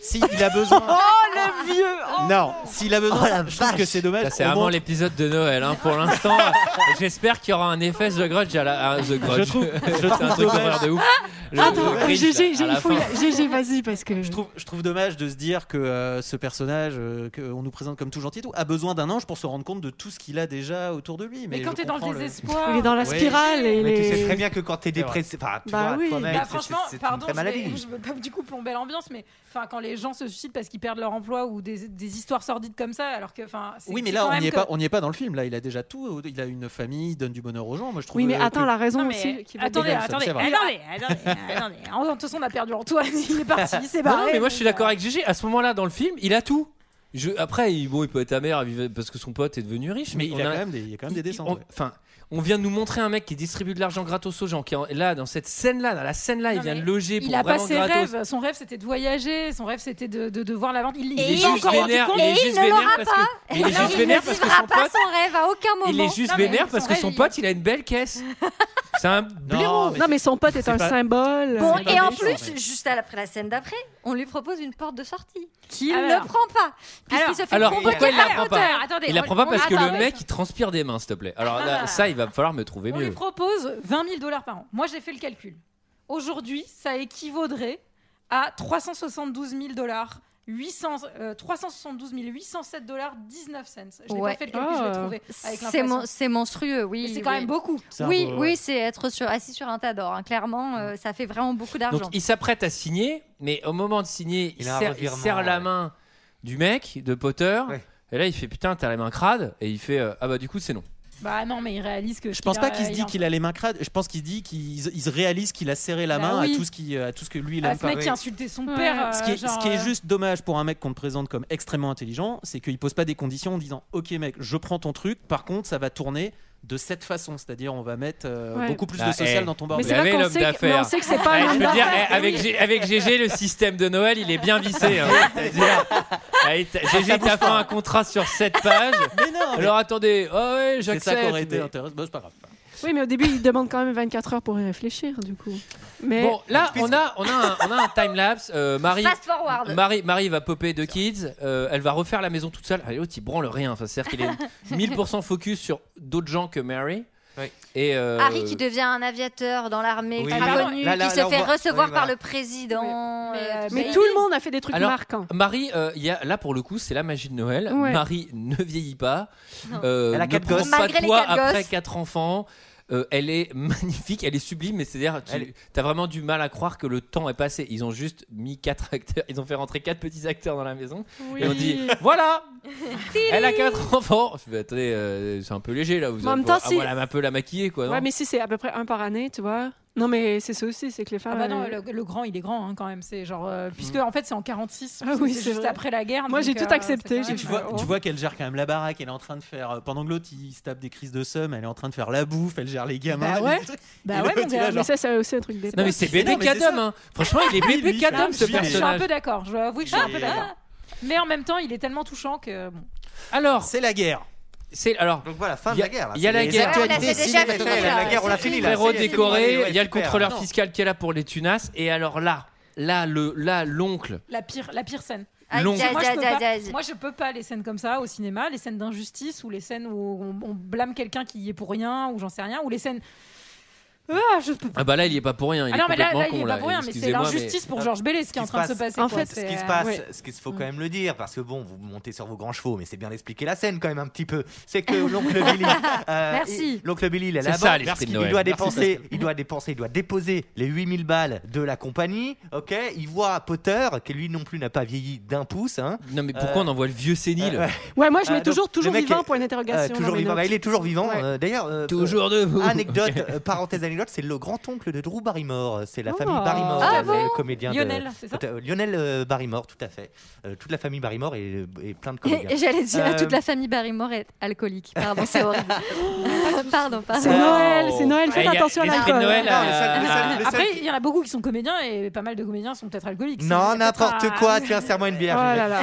si il a besoin. Oh, Le vieux Non, s'il a besoin, Oh, la je trouve que vache. c'est dommage. Ça, c'est on vraiment montre- l'épisode de Noël hein, pour l'instant. J'espère qu'il y aura un effet The Grudge à la à The Grudge. trouve- je C'est un trouve truc dommage. d'horreur de ouf. Ah, Le- le Attends, bridge, GG, là, à la il faut y fin. aller. GG, vas-y, parce que. Je trouve, je trouve dommage de se dire que euh, ce personnage euh, qu'on nous présente comme tout gentil et tout a besoin d'un ange pour se rendre compte de tout ce qu'il a déjà autour de lui. Mais, Mais quand je t'es dans comprends le désespoir. Il est dans la Ouais. spirale et il Mais tu sais est- très bien que quand t'es dépressé, enfin, tu Bah vois, oui. toi-même, Bah, c'est- franchement, c'est- c'est une pardon, vraie je, vais- maladie. je veux pas du coup plomber l'ambiance, mais enfin quand les gens se suicident parce qu'ils perdent leur emploi ou des, des histoires sordides comme ça, alors que enfin. c'est- Oui, mais c'est là, quand on même n'y est, que- pas- on y est pas dans le film. Là, il a déjà tout. Il a une famille, il donne du bonheur aux gens. Moi, je trouve. Oui, mais euh, attends, que- la raison Non, mais aussi. qui va attendez, dégueulasse, attendez, c'est vrai. attendez, Attendez, attendez. non, mais, en- de toute façon, on a perdu Antoine, il est parti, il s'est Non, barré. non, mais moi je suis d'accord avec GG. À ce moment-là, dans le film, il a tout. Je, après, il, bon, il peut être amer il vivait- parce que son pote est devenu riche, mais, Mais il on a quand même des- il y a quand même des il- il- descentes, on- ouais. Enfin, on vient de nous montrer un mec qui distribue de l'argent gratos aux gens, qui est en- là dans cette scène-là, dans la scène-là, il vient de loger pour Il a pas vraiment ses gratos. rêves. Son rêve, c'était de voyager. Son rêve, c'était de, de, de voir la vente. Il, il est s'est juste pas encore rendu vénère, compte. il est Et il juste ne vénère l'aura parce que- pas. mais il est Non, juste ne vénère parce que vivra son pas pote- Son rêve à aucun moment. Il est juste Non, mais vénère parce son que rêve, son il- pote, il a une belle caisse. C'est un blaireau. Non, Oh, mais son pote est, C'est un pas- symbole. Bon, et en plus, juste à- après la scène d'après, on lui propose une porte de sortie qu'il Alors. ne prend pas. Puisqu'il se fait Alors convoquer pourquoi il par la prend l'auteur. pas Attendez, Il la on- prend pas on- parce que le attendez. mec il transpire des mains, s'il te plaît. Alors là, ça, il va falloir me trouver On lui mieux. propose 20 000 dollars par an. Moi, j'ai fait le calcul. Aujourd'hui, ça équivaudrait à 372 000 dollars. 800, euh, 372 807 dollars 19 cents. Je n'ai Ouais. pas fait le calcul, Oh. je l'ai Ah. trouvé. avec C'est l'inflation. mon- c'est monstrueux, oui. Mais c'est quand oui. même beaucoup. C'est un Oui, beau- ouais. oui, c'est être sur, assis sur un tas d'or. hein. Clairement, euh, ça fait vraiment beaucoup Donc d'argent. il s'apprête à signer, mais au moment de signer, il, Il a un serre, il revirement, serre la ouais. main du mec, de Potter. Et là, il fait putain, t'as la main crade. Et il fait euh, ah bah du coup, c'est non. Bah non, mais il réalise que. Je pense pas qu'il se dit qu'il a les mains crades. Je pense qu'il se dit qu'il il se réalise qu'il a serré la Bah main oui. à tout ce qui, euh, à tout ce que lui il Ah, a ce mec qui a insulté son père. Ce euh, qui, est, ce genre, qui est euh, juste dommage pour un mec qu'on te présente comme extrêmement intelligent, c'est qu'il pose pas des conditions en disant Ok, mec, je prends ton truc, par contre, ça va tourner de cette façon. C'est-à-dire, on va mettre euh, Ouais. beaucoup plus Bah, de social eh, dans ton bar. vous avez l'homme d'affaires. pas Eh, un je homme peux dire, d'affaires. eh, avec, G- avec GG, le système de Noël, il est bien vissé. hein. C'est-à-dire, eh, t'as- GG, t'as fait un contrat sur 7 pages. Mais non, mais- Alors attendez, oh ouais, C'est j'accepte. ça qui aurait été mais- intéressant. Bah, c'est pas grave. Oui, mais au début, il demande quand même 24 heures pour y réfléchir, du coup. Mais Bon, là, on a, on a un, on a un time lapse. euh, Marie, Fast forward. Marie, Marie va popper deux kids. euh, elle va refaire la maison toute seule. Ah, L'autre, il branle rien. Enfin, C'est-à-dire qu'il est 1000% focus sur d'autres gens que Mary. Et euh, Harry qui devient un aviateur dans l'armée, Oui. très Ah, non, connu, là, là, qui là, se on fait voit- recevoir oui, par voilà. le président. euh, mais ça. tout le monde a fait des trucs alors, marquants. Marie, euh, il y a, là pour le coup, c'est la magie de Noël. Ouais. Marie ne vieillit pas. Non. Euh, Elle a ne quatre prend gosses. pas Malgré de les poids quatre après gosses. quatre enfants. Euh, elle est magnifique, elle est sublime, mais c'est-à-dire, tu as vraiment du mal à croire que le temps est passé. Ils ont juste mis quatre acteurs, ils ont fait rentrer quatre petits acteurs dans la maison et on dit voilà, elle a quatre enfants. Je fais, attendez, euh, c'est un peu léger là. Vous En avez même pas- temps, ah, si- voilà, un peu la maquiller quoi. non Ouais, mais si c'est à peu près un par année, tu vois. Non, mais c'est ça aussi, c'est que les femmes. Ah bah non, elles- le, le grand, il est grand hein, quand même. C'est genre euh, puisque Mm. en fait c'est en 46, Ah parce que oui, c'est c'est juste vrai. après la guerre. Moi, donc, j'ai tout euh, accepté, c'est quand Tu même, vois, euh, tu vois qu'elle gère quand même la baraque, elle est en train de faire, euh, pendant que l'autre il se tape des crises de somme, elle est en train de faire la bouffe, elle gère les gamins. Bah elle- ouais. Et Bah là, ouais, tu mon vois, gars, genre- mais ça, c'est aussi un truc d'époque. Non mais c'est bébé mais c'est Cadom, hein. Franchement, Ah, il Ah, est bébé Oui, Cadom ce je suis- je Je suis un personnage. peu d'accord. Je dois avouer que je suis un peu d'accord. Mais en même temps, il est tellement touchant que bon. Alors, c'est la guerre. C'est alors. Donc voilà, fin Il de y a- la guerre. là. Il y a C'est la les guerre. actualités cinématographiques, là. La guerre, on l'a fini là. Frérot C'est- c'est- décoré, ouais, il y a le super. contrôleur Non. fiscal qui est là pour les tunas. Et alors là, là, le, là, l'oncle. La pire, la pire scène. Aïe, Long. aïe, Moi, je aïe, peux aïe, pas- aïe. Moi, je peux pas les scènes comme ça au cinéma, les scènes d'injustice ou les scènes où on, on blâme quelqu'un qui y est pour rien ou j'en sais rien, ou les scènes. Ah, je peux pas. Ah bah là, il y est pas pour rien. Il Ah non, est mais là, complètement là, il con est pas là. pour rien, mais c'est Excusez-moi, l'injustice pour Georges Bellet, ce qui est en se train de se passe- passer. En quoi. fait, C'est, ce qui se euh, passe, ouais. ce qu'il faut Mm. quand même le dire, parce que bon, vous montez sur vos grands chevaux, mais c'est bien d'expliquer la scène quand même un petit peu. C'est que l'oncle Billy, euh, Merci. il- l'oncle Billy, il est C'est là-bas, ça, l'esprit parce de qu'il Noël. doit Merci, dépenser, il doit dépenser, il doit déposer les 8000 balles de la compagnie. Ok, il voit Potter qui lui non plus n'a pas vieilli d'un pouce. hein. Non mais pourquoi on envoie le vieux sénile Ouais, moi, je mets Euh, donc, toujours, toujours le mec vivant, est- point Euh, d'interrogation. toujours dans mes vivant. notes. Bah, il est toujours vivant. Ouais. euh, D'ailleurs, euh, Toujours debout. Anecdote, euh, parenthèse anecdote, c'est le grand-oncle de Drew Barrymore. C'est la Oh. famille Barrymore, Ah le bon comédien de- Lionel, c'est ça Euh, Lionel euh, Barrymore, tout à fait. Euh, toute la famille Barrymore et, euh, et plein de comédiens. Et j'allais dire, Euh, toute la famille Barrymore est alcoolique. Pardon, c'est horrible. pardon, pardon. C'est Noël, c'est Noël, faites Ah, il y a attention à l'esprit de l'alcool. Noël, Non, le euh, seul- le seul- le seul- Après, il y en a beaucoup qui sont comédiens et pas mal de comédiens sont peut-être alcooliques. Non, C'est- n'importe Ah, quoi, tu insères-moi une bière. Oh là là.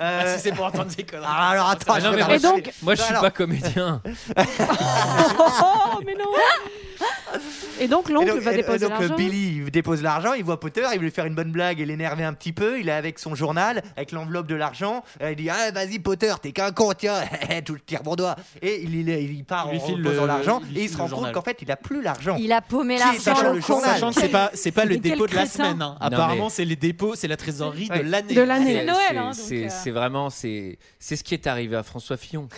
Euh, si c'est pour entendre des conneries. ah, alors attends, Ah, non, je mais moi, vais marcher. je- moi je suis Alors, pas comédien. Oh, mais non Et donc, et l'oncle donc, va et- et déposer donc, euh, l'argent. Billy il dépose l'argent, il voit Potter, il veut lui faire une bonne blague et l'énerver un petit peu. Il est avec son journal, avec l'enveloppe de l'argent. et Il dit Ah, vas-y, Potter, t'es qu'un con, tiens, tout le tire mon doigt. Et il, il- il part Il lui en file reposant le- l'argent il lui et il file se le rend compte journal. qu'en fait, il a plus l'argent. Il a paumé Qui est l'argent, dans le le con. journal Sachant que c'est pas, c'est pas le Mais quel dépôt de la crétin. semaine. hein. Non, mais- Apparemment, c'est les dépôts, c'est la trésorerie de l'année. De l'année. C'est- Noël, c'est- hein, donc, C'est euh. c'est vraiment c'est c'est ce qui est arrivé à François Fillon.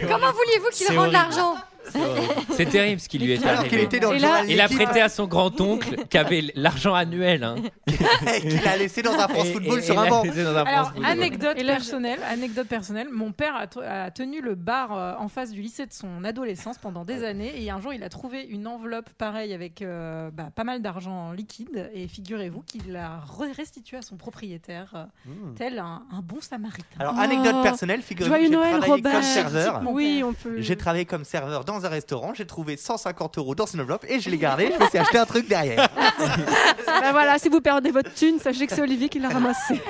Comment vouliez-vous C'est qu'il horrible. rende l'argent C'est terrible ce qui lui est Alors arrivé. qu'il était dans le Et là- journal Il a L'équipe. prêté à son grand-oncle qui avait l'argent annuel. Hein. qu'il a laissé dans un France Et- et- Football et sur l'a un banc. laissé dans un France Alors, Football. anecdote personnelle, anecdote personnelle, mon père a, t- a tenu le bar euh, en face du lycée de son adolescence pendant Ah. des années et un jour il a trouvé une enveloppe pareille avec euh, bah, pas mal d'argent liquide et figurez-vous qu'il l'a re- restituée à son propriétaire, euh, Mm. tel un, un bon samaritain. Alors, anecdote personnelle, figurez-vous Oh. que Joyeux j'ai Noël, travaillé Robert. comme serveur. Oui, on peut. J'ai travaillé comme serveur dans un restaurant, j'ai trouvé 150 euros dans une enveloppe et je l'ai gardé. Je me suis acheté un truc derrière. Bah voilà, si vous perdez votre thune, sachez que c'est Olivier qui l'a ramassé.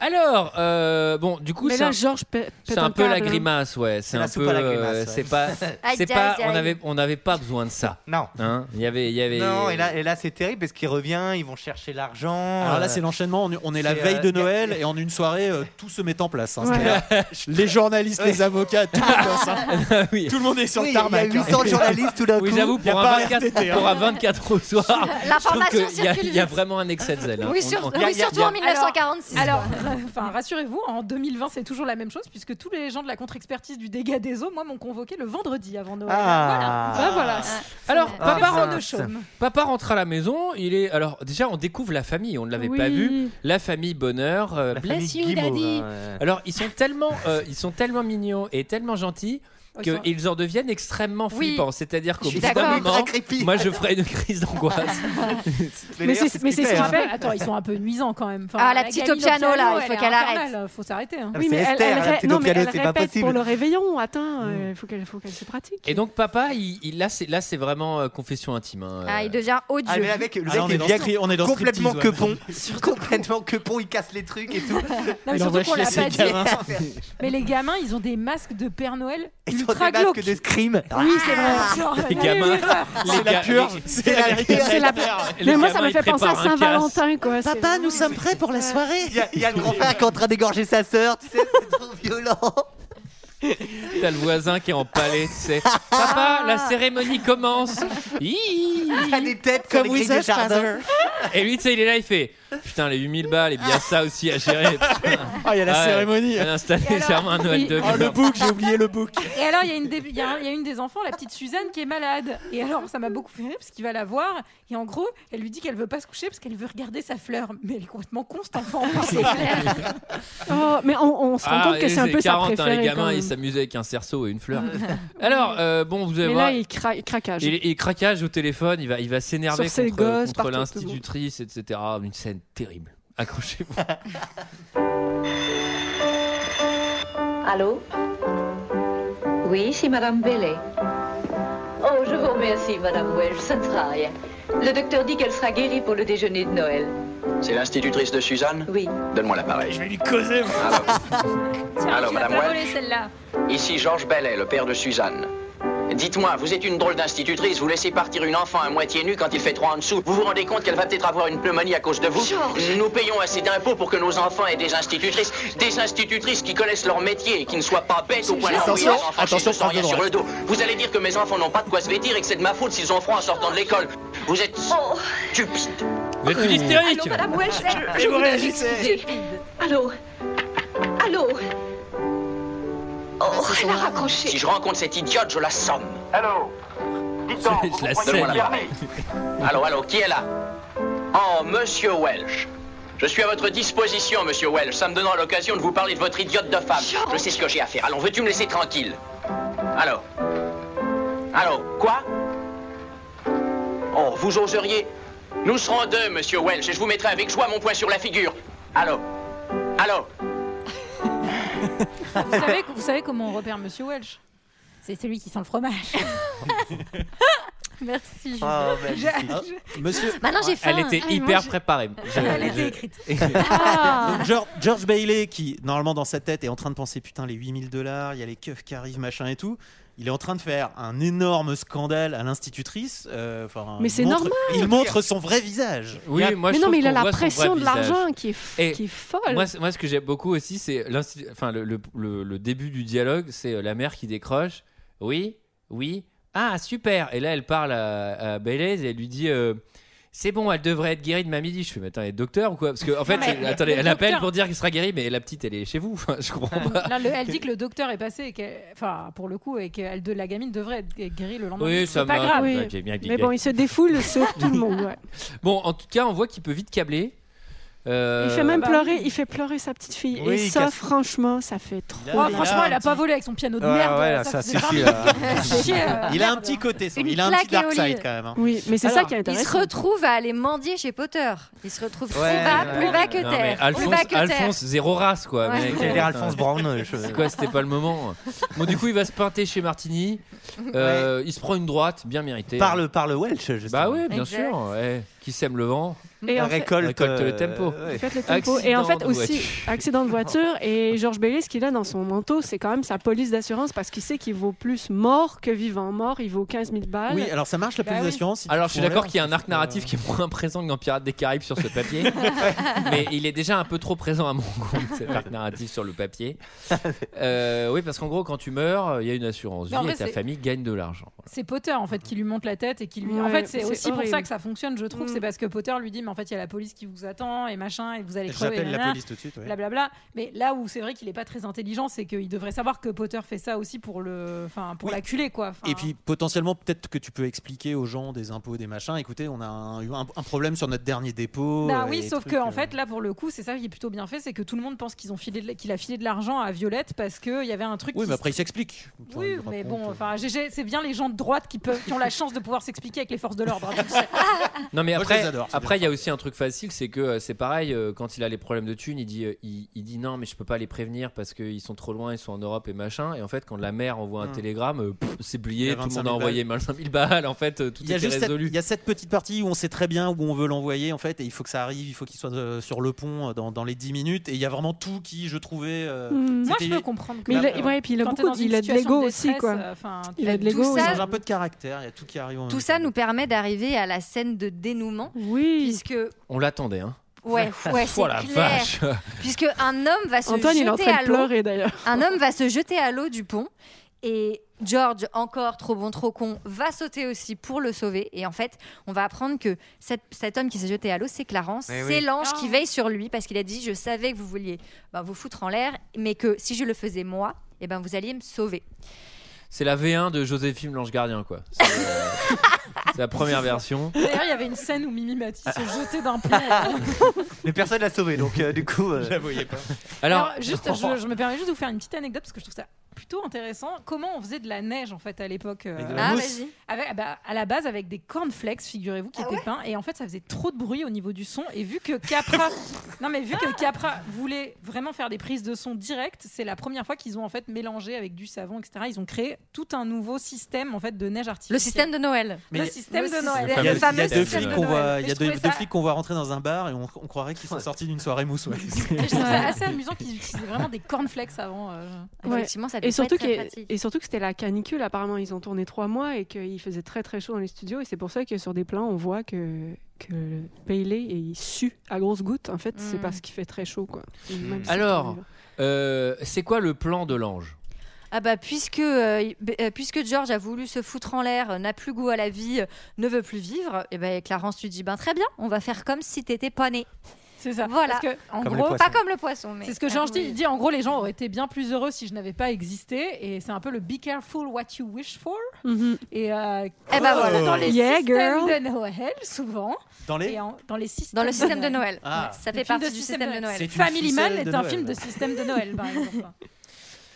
Alors, euh, bon, du coup, Mais c'est là, un- Georges pè- pète c'est un un peu la câble, hein. grimace, ouais. C'est la un soupe peu, à la euh, grimace, ouais. c'est pas, Aïe, c'est aïe, pas. On aïe. avait, on n'avait pas besoin de ça. Non. Hein il y avait, il y avait. Non, et là, et là c'est terrible parce qu'il revient, ils vont chercher l'argent. Alors là, euh, c'est l'enchaînement. On, on est la c'est, veille de euh, Noël y a- et en une soirée, euh, tout se met en place. hein. Ouais. C'est-à-dire, les journalistes, les avocats, tout le monde, hein. Tout le monde est sur Ah le Oui, il y a tarmac. hein. 800 journalistes tout d'un Oui, Oui, coup. j'avoue, y a pour, pas un 24, RTT, hein. pour un 24 au soir, je trouve l'information qu'il y, a- circule il y a vite. vraiment un excès de zèle. hein. Oui, On- sur- on- oui, surtout en 1946. Alors, euh, enfin, rassurez-vous, en 2020, c'est toujours la même chose puisque tous les gens de la contre-expertise du dégât des eaux, moi, m'ont convoqué le vendredi avant Noël. Ah. Voilà. Bah, voilà. Alors, Ah, papa, personne rentre- ne chôme. papa rentre à la maison. Il est alors déjà on découvre la famille. On ne l'avait Oui. pas vu. La famille bonheur. euh, La bless famille you, Guimauve, daddy. hein, ouais. Alors ils sont tellement, euh, ils sont tellement mignons et tellement gentils. Oh, ils sont- Qu'ils en deviennent extrêmement Oui. flippants. C'est-à-dire qu'au Je suis bout d'un d'accord. moment, Ultra creepy. moi je ferais une crise d'angoisse. Mais c'est mais c'est ce qu'ils fait. Attends, ils sont un peu nuisants quand même. Enfin, Ah, la petite au gamine piano, là, il elle faut est qu'elle infernale, arrête. Faut s'arrêter. hein. Ah, mais c'est Esther, la ré- petite au non, mais piano, elle c'est pas répète possible. pour le réveillon. Attends, il Mm. faut qu'elle faut qu'elle se pratique. Et donc papa, il, il- là c'est là c'est vraiment euh, confession intime. hein. Ah, il devient odieux. Ah, mais avec, le Ah, mec on est est dans bien stri- on est dans complètement que striptease, ouais. pon. complètement que pon, il casse les trucs et tout. Non, mais surtout qu'on l'a pas dit. Mais les gamins, ils ont des masques de Père Noël ultra Parce glauques. que de scream. Ah, Oui, c'est vrai. Genre, Les la gamins. terreur. C'est la purge. C'est la purge. C'est la- Mais moi, ça m'a fait penser à Saint-Valentin, quoi. Papa, nous sommes prêts pour la soirée. Il y, a- il y a le grand frère qui est en train d'égorger sa sœur. Tu sais, c'est trop violent. T'as le voisin qui est empalé, tu sais. Papa, la cérémonie commence. Hihi. Ah. Il y a des têtes comme, Comme les with grilles de us, jardin. Et lui, tu sais, il est là, il fait Putain, les 8000 balles, et puis il y a ça aussi à gérer. Ah, il y a la Ouais, cérémonie. Ah, On a installé Et alors- Germain Noël Oui. 2000. Oh, le book, j'ai oublié le book. Et alors, il y, a une des- il y a un- il y a une des enfants, la petite Suzanne, qui est malade. Et alors, ça m'a beaucoup fait rire parce qu'il va la voir. Et en gros, elle lui dit qu'elle veut pas se coucher parce qu'elle veut regarder sa fleur. Mais elle est complètement con, cette enfant. hein, C'est clair. Oh, mais on, on se rend Ah, compte que et c'est un peu sa 40, hein, préférée. les quand gamins, même. ils s'amusaient avec un cerceau et une fleur. Alors, euh, bon, vous allez Mais voir. là, il, cra- il craquage. Il, il craquage au téléphone, il va, il va s'énerver Sur ses contre, gosses, contre partout, l'institutrice, etc. Une scène terrible. Accrochez-vous. Allô Oui, c'est Madame Bellet. Oh, je vous remercie, Madame Welch, ça ne sera rien. Le docteur dit qu'elle sera guérie pour le déjeuner de Noël. C'est l'institutrice de Suzanne Oui. Donne-moi l'appareil. Je vais lui causer. Allô, Madame Welch celle-là. Ici Georges Bellet, le père de Suzanne. Dites-moi, vous êtes une drôle d'institutrice, vous laissez partir une enfant à moitié nue quand il fait trois en dessous. Vous vous rendez compte qu'elle va peut-être avoir une pneumonie à cause de vous Nous payons assez d'impôts pour que nos enfants aient des institutrices. Des institutrices qui connaissent leur métier et qui ne soient pas bêtes au point d'envoyer Attention, leurs enfants chez attention, eux sans phrase de rien sur droite. le dos. Vous allez dire que mes enfants n'ont pas de quoi se vêtir et que c'est de ma faute s'ils ont froid en sortant de l'école. Vous êtes Oh. stupide. Vous êtes une hystérique Oh. Allô, Madame Welch, je, Et je vous voudrais réagissez. m'excuser. Allô Allô Oh, elle a raccroché. Si je rencontre cette idiote, je la somme. Allô Dites donc, vous la comprenez scène. le permis Allô, allô, qui est là Oh, monsieur Welsh. Je suis à votre disposition, monsieur Welsh. Ça me donnera l'occasion de vous parler de votre idiote de femme. Je sais ce que j'ai à faire. Allons, veux-tu me laisser tranquille Allô Allô Quoi Oh, vous oseriez Nous serons deux, monsieur Welsh, et je vous mettrai avec joie mon poing sur la figure. Allô Allô Vous savez, vous savez comment on repère Monsieur Welch C'est celui qui sent le fromage. Merci, Jules. Oh, Je- magnifique. Monsieur. Maintenant, j'ai faim. Elle était Ah, mais moi, hyper j'ai- préparée. Elle était écrite. Ah. Donc, George, George Bailey, qui normalement dans sa tête est en train de penser putain, les 8000 dollars, il y a les keufs qui arrivent, machin et tout. Il est en train de faire un énorme scandale à l'institutrice. euh, enfin, Mais il c'est montre- normal. Il montre son vrai visage. Oui, Il y a- moi, mais je non, mais trouve il a qu'on la voit son pression vrai de l'argent visage. qui est, f- Et qui est folle. Moi, c'est- moi, ce que j'aime beaucoup aussi, c'est l'insti- enfin, le, le- le- le début du dialogue, c'est euh, la mère qui décroche. Oui, oui. Ah, super. Et là, elle parle à, à Bailey et elle lui dit euh, c'est bon, elle devrait être guérie de ma midi. Je fais, mais attends, elle est docteur ou quoi Parce que, en fait, Non, mais c'est- le- attendez, le elle appelle docteur- Ah pour dire qu'elle sera guérie, mais la petite, elle est chez vous. Enfin, je comprends pas. Là, le- elle dit que le docteur est passé, et qu'elle- enfin pour le coup, et que de la gamine devrait être guérie le lendemain. Oui, C'est ça pas m'a- grave. Oui. Ok, bien dit, Mais bien bon, dit. il se défoule sur tout le monde. ouais. Bon, en tout cas, on voit qu'il peut vite câbler. Euh, Il fait même Bah pleurer, il fait pleurer sa petite fille. Oui, et il ça, casse- franchement, ça fait trop. Il a- Oh, mal. il a Franchement, elle a un pas volé avec son piano de Ouais, merde. ouais, ça ça faisait suffit, vraiment là. fait chier, euh. Il a un petit côté, son- Une il a un plaque petit dark et side olive. quand même. hein. Oui, mais c'est ça qui est Il se intéressant. retrouve à aller mendier chez Potter. Il se retrouve plus Ouais, bas, ouais, plus ouais. bas que non, mais terre. plus Alphonse, bas que terre. Alphonse, zéro race, quoi. Ouais. mec. Il a l'air Alphonse Brown. C'est quoi, c'était pas le moment Bon, du coup, il va se peinter chez Martini. Euh, Il se prend une droite, bien méritée. Par le, par le Welsh, justement. Bah oui, bien Exact. sûr. ouais. Qui sème le vent Et en fait- récolte, le tempo. euh, ouais. Faites le tempo. et en fait Accident de aussi voiture. accident de voiture et Georges Bellis ce qu'il a dans son manteau c'est quand même sa police d'assurance parce qu'il sait qu'il vaut plus mort que vivant mort il vaut 15 000 Ah, balles bah. Bah Oui, alors ça marche la police d'assurance. si tu te Alors, je suis fous en d'accord l'air, qu'il y a un parce arc que- euh, narratif qui est moins présent que dans Pirates des Caraïbes sur ce papier, mais il est déjà un peu trop présent à mon goût, cet arc narratif sur le papier. Euh, oui, parce qu'en gros, quand tu meurs, il y a une assurance vie Mais en et vrai, ta c'est- famille gagne de l'argent. C'est Potter en fait qui lui monte la tête et qui lui. en Ouais, fait, c'est c'est aussi pour horrible. Mm. ça que ça fonctionne, je trouve. C'est parce que Potter lui dit, mais en fait, il y a la police qui vous attend et machin, et vous allez crever. J'appelle la nanana, police tout de suite, ouais. Blablabla. Mais là où c'est vrai qu'il est pas très intelligent, c'est qu'il devrait savoir que Potter fait ça aussi pour le, enfin, pour l'acculer quoi. Enfin, Et puis potentiellement peut-être que tu peux expliquer aux gens des impôts, des machins. Écoutez, on a un, eu un- un problème sur notre dernier dépôt. Bah euh, oui, et sauf trucs, que euh. en fait, là pour le coup, c'est ça qui est plutôt bien fait, c'est que tout le monde pense qu'ils ont filé, de- qu'il a filé de l'argent à Violette parce que il y avait un truc. Oui, qui mais se- après il s'explique. Enfin, Oui, il mais raconte, bon, euh. enfin, GG, c'est bien les gens de droite qui peuvent, qui ont la chance de pouvoir s'expliquer avec les forces de l'ordre. hein, Non, mais Moi, je après, les adore, c'est après, il y a aussi un truc facile, c'est que euh, c'est pareil, euh, quand il a les problèmes de thunes, il dit, euh, il, il dit non, mais je peux pas les prévenir parce qu'ils sont trop loin, ils sont en Europe et machin. Et en fait, quand la mère envoie un Hmm. télégramme, euh, pff, c'est Il y plié, a tout le 25 monde a 000 envoyé 25 000 balles, en fait, euh, tout Il y, a était juste cette, résolu. il y a cette petite partie où on sait très bien où on veut l'envoyer en fait et il faut que ça arrive, il faut qu'il soit euh, sur le pont euh, dans, dans les 10 minutes et il y a vraiment tout qui je trouvais... euh, Mm. Moi, je c'était- peux comprendre. Que Mais il a- ouais, et puis il a quand t'es beaucoup- dans une il a de situation l'ego détresse, aussi, quoi. euh, enfin, tu Il a de as- l'ego, Tout Il ça- change un peu de caractère, il y a tout qui arrive en même Tout ça nous permet d'arriver à la scène de dénouement. Oui. Puisque, On l'attendait, hein. ouais, ouais, c'est Oh la clair. vache Puisque un homme va se Antoine il jeter est en à train de l'eau. pleurer d'ailleurs Un homme va se jeter à l'eau du pont et George, encore trop bon, trop con, va sauter aussi pour le sauver. Et en fait, on va apprendre que cet, cet homme qui s'est jeté à l'eau, c'est Clarence. Eh c'est oui. l'ange Ah. Oh. qui veille sur lui parce qu'il a dit Je savais que vous vouliez ben, vous foutre en l'air, mais que si je le faisais moi, eh ben, vous alliez me sauver. C'est la V1 de Joséphine Blanche Gardien, quoi. C'est euh, c'est la première version. D'ailleurs, il y avait une scène où Mimi Mati se jetait d'un pont. Mais personne l'a sauvé, donc euh, du coup. euh, Alors, juste, je, je me permets juste de vous faire une petite anecdote parce que je trouve ça plutôt intéressant. Comment on faisait de la neige en fait à l'époque euh, Avec de la Ah, mousse. vas-y. avec- bah, À la base, avec des cornflakes, figurez-vous, qui Ah étaient peints. Et en fait, ça faisait trop de bruit au niveau du son. Et vu que Capra, non mais vu que Capra voulait vraiment faire des prises de son directes, c'est la première fois qu'ils ont en fait mélangé avec du savon, etc. Ils ont créé tout un nouveau système en fait de neige artificielle. Le système de Noël. Mais le il y a- système le de Noël. Il y a, il y a fameux deux système flics de qu'on Noël. voit, il y Mais a je deux, trouvais deux ça- flics qu'on voit rentrer dans un bar et on, on croirait qu'ils sont sortis d'une soirée mousse. ouais. Je trouve ça assez amusant qu'ils utilisaient vraiment des cornflakes avant. euh. Ouais. et surtout que et surtout que c'était la canicule apparemment ils ont tourné trois mois et qu'il faisait très très chaud dans les studios et c'est pour ça que sur des plans on voit que que Bailey il sue à grosses gouttes en fait c'est Mm. parce qu'il fait très chaud quoi Mm. Même si- Alors, euh, c'est quoi le plan de l'ange Ah bah puisque, euh, il- b- euh, puisque George a voulu se foutre en l'air, euh, n'a plus goût à la vie, euh, ne veut plus vivre, et ben Clarence lui dit ben très bien, on va faire comme si t'étais pas né. C'est ça. Voilà. Parce que, en Comme le gros, poisson. Pas comme le poisson, mais- C'est ce que Ah, Georges dit. oui. Il dit en gros, les gens auraient été bien plus heureux si je n'avais pas existé. Et c'est un peu le be careful what you wish for. Et, euh, Mm-hmm. Eh ben voilà. dans les Yeah, systèmes girl. de Noël, souvent. Oh. Dans les- et en- dans les systèmes Dans le système de Noël. Ah. Ouais, Ça Les fait films partie de du système de Noël. C'est une Family Man ficelle est de un Noël. film de système de Noël, par exemple.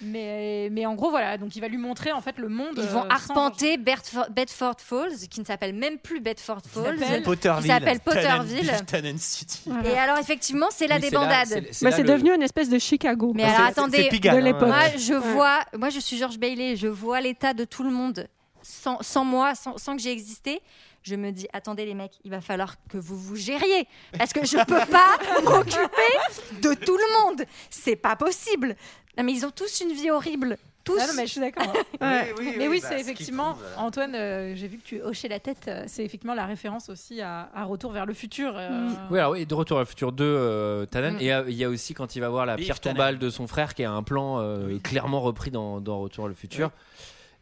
Mais, mais en gros, voilà. Donc, il va lui montrer en fait le monde. Ils euh, vont sans- arpenter Bedford, Bedford Falls, qui ne s'appelle même plus Bedford Falls. s'appelle- Qui s'appelle Potterville. Tannen- Tannen City. Et alors, effectivement, c'est la Oui, c'est là- débandade. c'est- Bah, c'est devenu une espèce de Chicago Ah, Mais quoi. alors attendez, de hein. l'époque Moi, je vois, moi, je suis Georges Bailey, je vois l'état de tout le monde sans, sans moi, sans, sans que j'ai existé. Je me dis, attendez les mecs, il va falloir que vous vous gériez parce que je peux pas m'occuper de tout le monde. C'est pas possible. Non, mais ils ont tous une vie horrible. Tous. Ah non, mais je suis d'accord. Ouais. mais oui, bah, c'est ce qui effectivement, Antoine, euh, j'ai vu que tu hochais la tête, euh, c'est effectivement la référence aussi à, à Retour vers le futur. euh, Mm. Oui, alors oui, de retour à la futur 2, euh, Tannen. Mm. Et euh, il y a aussi quand il va voir la Vive pierre Tannen. tombale de son frère, qui a un plan euh, clairement repris dans, dans Retour à le futur.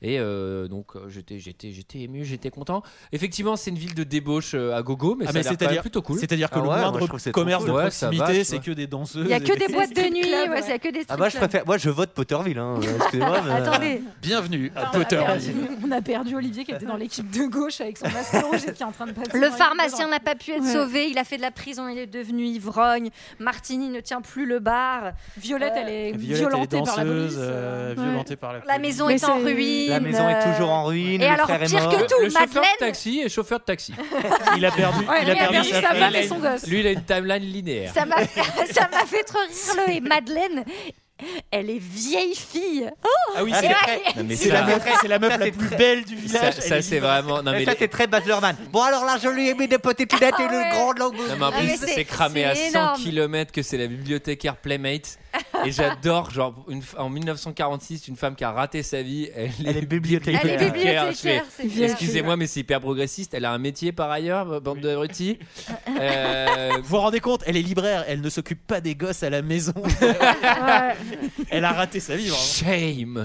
Et euh, donc euh, j'étais, j'étais, j'étais ému, j'étais content. Effectivement, c'est une ville de débauche euh, à gogo, Ah, mais ça mais a l'air quand c'est-à-dire- même plutôt cool. c'est-à-dire que Ah le ouais, moindre moi, je trouve que c'est trop commerce de cool. proximité, ça tu c'est vois. que des danseuses Il n'y a que des C'est- boîtes de c'est nuit, club, ouais, c'est que des Ah strip moi je clubs. préfère, moi je vote Potterville. Hein. euh, Excusez-moi. mais- Attendez. Bienvenue à Ah, Potterville. On a perdu Olivier qui était dans l'équipe de gauche avec son masque rouge et qui est en train de passer. dans Le l'équipe de pharmacien droite. n'a pas pu être Ouais. sauvé, il a fait de la prison, il est devenu ivrogne. Martini ne tient plus le bar. Violette, elle est Violentée par la police. euh, ouais. euh, Violentée par la La maison est en ruine. La maison est euh, toujours en ruine. Et le alors, frère est pire mort. que tout, le chauffeur Madeleine. de taxi et chauffeur de taxi. Il a perdu, Ouais, il a il a perdu perdu sa sa femme femme et et son une- gosse. Lui, il a une timeline linéaire. Ça m'a fait, ça m'a fait trop rire, le et Madeleine. Elle est vieille fille. Oh Ah oui, Et c'est ouais, vrai. elle- Non, mais C'est ça- la meuf- c'est la meuf ça, la c'est plus très- belle du Ça, village. ça, c'est vraiment. Non, Et mais ça les- c'est très Baz Luhrmann. Bon alors là je lui ai mis des petites lunettes et Ah ouais. une grande longue. Non, mais en Ah, plus, mais c'est- c'est cramé à c'est 100 énorme. km que c'est la bibliothécaire Playmate. Et j'adore, genre, une f- en 1946, une femme qui a raté sa vie, elle, est bibliothécaire. Elle est bibliothécaire, Je fais, c'est clair. Excusez-moi, mais c'est hyper progressiste. Elle a un métier par ailleurs, euh, bande d'abrutis. Euh, Vous vous rendez compte, elle est libraire, elle ne s'occupe pas des gosses à la maison. Elle a raté sa vie. vraiment. Shame.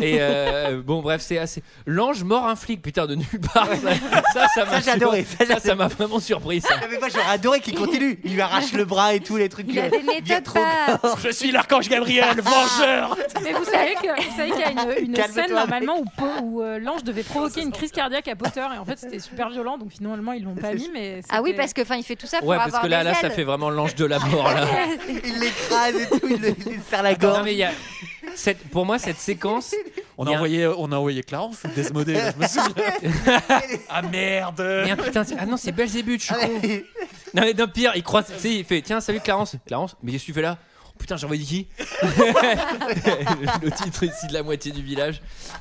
Et euh, bon, bref, c'est assez. L'ange mort un flic, putain, de nulle part. Ça, ça, ça m'a Ça, j'ai adoré. sur- ça, ça m'a vraiment surpris. Ça. Non, mais moi j'aurais adoré qu'il continue. Il lui arrache le bras et tout les trucs. Il a euh, des bien méthodes trop pas- gore. Je suis l'archange Gabriel, vengeur. Mais vous savez que- vous savez qu'il y a une, une Calme-toi, scène mec. normalement où, Po- où, euh, l'ange devait provoquer une crise cardiaque à Potter et en fait c'était super violent donc finalement ils l'ont pas mis mais Ah oui, c'était- parce que enfin, il fait tout ça pour Ouais, parce avoir que là, des là, ça ailes. fait vraiment l'ange de la mort. Là. Il l'écrase et tout. Il, le- il lui serre la Attends, gorge. non, mais il y a- cette- pour moi, cette séquence. On Il y a a- envoyé, on a envoyé Clarence ou Desmodé, là, je me souviens. ah merde. Mais, ah, putain, c'est- ah non, c'est Belzébuth, je suis con. Non, mais d'un pire, il croit. Tu sais, il fait Tiens, salut Clarence. Clarence, mais qu'est-ce que tu fais là Oh, Putain, j'ai envoyé qui Le titre ici de la moitié du village.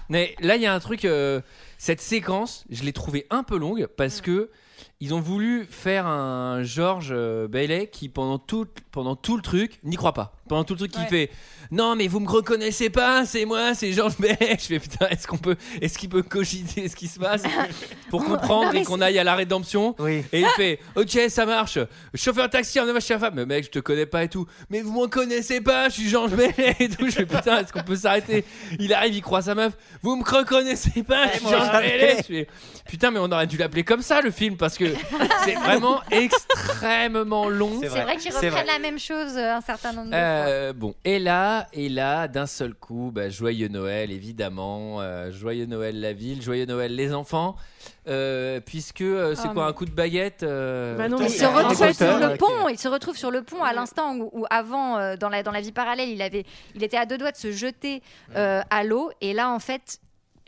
Mais là, il y a un truc. euh, cette séquence, je l'ai trouvée un peu longue parce que ils ont voulu faire un George euh, Bailey qui, pendant tout, pendant tout le truc, n'y croit pas. Pendant tout le truc, qui Ouais. fait Non, mais vous me reconnaissez pas, c'est moi, c'est George Bailey. Je fais Putain, est-ce qu'on peut, est-ce qu'il peut cogiter ce qui se passe pour comprendre Non, mais et qu'on c'est- aille à la rédemption Oui. et il fait Ok, ça marche. Chauffeur de taxi, emmenez-moi chez la femme. Mais mec, je te connais pas et tout. Mais vous m'en connaissez pas, je suis Jean Gemellet et tout. Je fais Putain, est-ce qu'on peut s'arrêter Il arrive, il croit sa meuf. Vous me reconnaissez pas, je suis moi, Jean Jean Gemellet. Gemellet. Je fais, Putain, mais on aurait dû l'appeler comme ça le film parce que c'est vraiment extrêmement long. C'est vrai qu'ils C'est vrai. reprennent la même chose euh, un certain nombre de fois. Euh, bon, et là, et là, d'un seul coup, bah, joyeux Noël, évidemment, euh, joyeux Noël la ville, joyeux Noël les enfants, euh, puisque euh, c'est Ah, quoi mais- un coup de baguette euh, Bah non, Il mais- se Un retrouve auteur, sur ok. le pont. Il se retrouve sur le pont à l'instant où, où avant, euh, dans la dans la vie parallèle, il avait, il était à deux doigts de se jeter euh, à l'eau. Et là, en fait,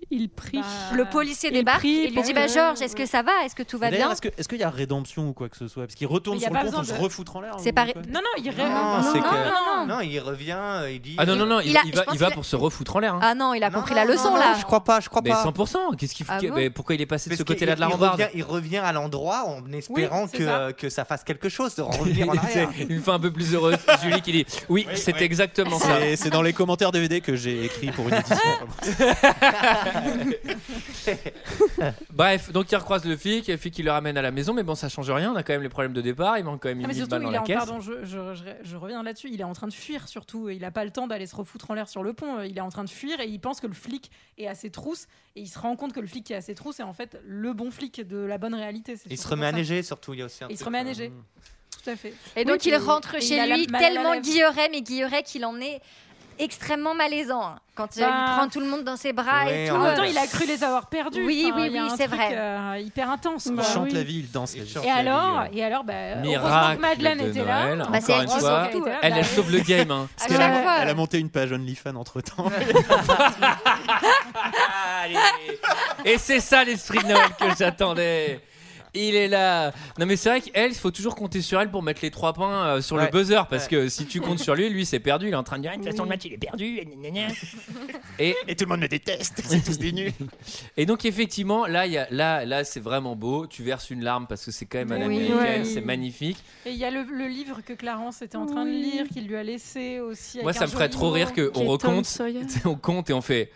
Il prie. Bah, le policier Il débarque prie et lui pour dit que- Bah Georges, est-ce que ça va Est-ce que tout va D'ailleurs, bien est-ce que- est-ce qu'il y a rédemption ou quoi que ce soit Parce qu'il retourne Mais y a sur pas le pont besoin pour se de- refoutre en l'air. C'est ou pas- quoi non non il ré- Ah, Non, non, c'est non, que- non, non. Non, il revient, euh, il dit. Ah non, non, non, il, Il a- il je va, pense il va qu'il a- pour se refoutre en l'air. hein. Ah non, il a Non, compris non, la non, leçon non, là. Ah. Je crois pas, je crois Mais pas. 100%, hein. qu'est-ce qu'il faut Ah qu'il- bon mais Pourquoi il est passé de Parce ce que côté-là de la il- il rambarde revient- Il revient à l'endroit en espérant c'est que, ça. que ça fasse quelque chose, de revenir en arrière. C'est une fin un peu plus heureuse. Julie qui dit Oui, c'est oui. exactement ça. C'est- C'est dans les commentaires DVD que j'ai écrit pour une Ah, édition. Bref, donc il recroise le flic, le flic qui le ramène à la maison, mais bon, ça change rien. On a quand même les problèmes de départ, il manque quand même Ah, une mais mise surtout, balle dans il est la en, caisse. pardon, je, je- je- je reviens là-dessus. Il est en train de fuir, surtout. Il n'a pas le temps d'aller se refoutre en l'air sur le pont. Euh, Il est en train de fuir et il pense que le flic est à ses trousses. Et il se rend compte que le flic qui est à ses trousses est en fait le bon flic de la bonne réalité. C'est Il se surtout remet à ça. neiger surtout, il y a aussi un Et il se truc, remet à euh, neiger. Tout à fait. Et Oui, donc il puis- rentre et chez il a la- lui mal à la tellement lèvre. Guilleret, mais Guilleret qu'il en est extrêmement malaisant hein. quand euh, Bah. il prend tout le monde dans ses bras Ouais, et en tout. En même temps, euh, il a cru les avoir perdus. Oui, oui, il y a oui, un c'est truc, vrai. euh, hyper intense. Il quoi. chante la vie, il danse la vie. chante Et la vie, alors, euh. et alors, bah, heureusement Miracle que Madeleine de était Noël. là. Encore Bah, c'est elle une qui fois, sauve tout. elle- elle, Bah, elle sauve le game. hein. À Elle chaque a, fois. elle a monté une page OnlyFans entre temps. Et c'est ça l'esprit de Noël que j'attendais. Il est là. Non mais c'est vrai qu'elle, il faut toujours compter sur elle pour mettre les trois points euh, sur Ouais. le buzzer parce que si tu comptes sur lui, lui c'est perdu. Il est en train de dire de toute façon le match il est perdu. et gna, gna, gna. Et Et tout le monde me déteste, c'est tous des nuls. Et donc effectivement, là, il y a- là, là, c'est vraiment beau. Tu verses une larme parce que c'est quand même à Oui, l'américaine, ouais. c'est magnifique. Et il y a le, le livre que Clarence était en train de lire, qu'il lui a laissé aussi. Moi, avec ça un me ferait joli trop mot. rire que on Tom recompte, Sawyer. on compte et on fait.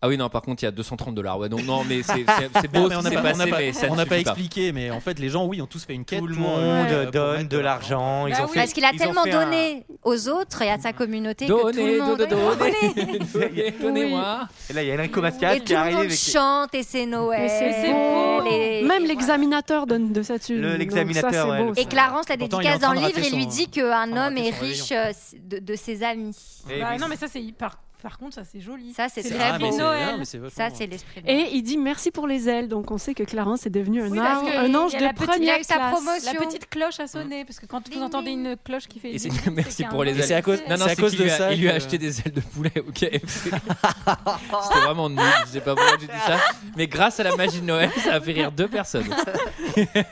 Ah oui, non, par contre, il y a 230 dollars. Ouais, donc non, mais c'est c'est- c'est beau, mais on c'est n'a pas, on passé, n'a pas- mais ça ne on n'a pas suffit expliqué, mais en fait, les gens, oui, ont tous fait une quête. Tout le pour, monde euh, pour donne mettre de l'argent. Bah ils ont fait- Parce qu'il a Bah ils ont tellement fait un- donné aux autres et à sa communauté que tout Donnez, le monde donnez, Donnez. Donnez-moi. Et là, il y a Hélène Et Comascade tout qui le arrive. monde avec- chante et c'est Noël. Mais c'est- c'est beau. Même l'examinateur donne de ça dessus. Le- donc l'examinateur, ça, c'est ouais, beau, le- ça. Et Clarence la Pourtant, il est dédicace en train de dans le livre, rater il lui son- dit qu'un homme est son réveillon. riche euh, de, de ses amis. Eh Bah, non, mais ça, c'est par, par contre, ça, c'est joli. Ça, c'est C'est très l'esprit beau. de Noël. Ah, mais c'est ça, c'est l'esprit. de Noël. Et il dit merci pour les ailes. Donc on sait que Clarence est devenu un, Oui, ar- parce que un il- il ange y a de la petite- première avec sa classe. promotion. La petite cloche a sonné parce que quand vous entendez une cloche qui fait. Et c'est- zing, c'est Merci qu'il y a pour un les ange. ailes. c'est à cause- non, c'est non, à c'est cause qu'il de lui a- ça Il lui a que- acheté des ailes de poulet au KFC. C'était vraiment nul. Je sais pas pourquoi j'ai dit ça. Mais grâce à la magie de Noël, ça a fait rire deux personnes.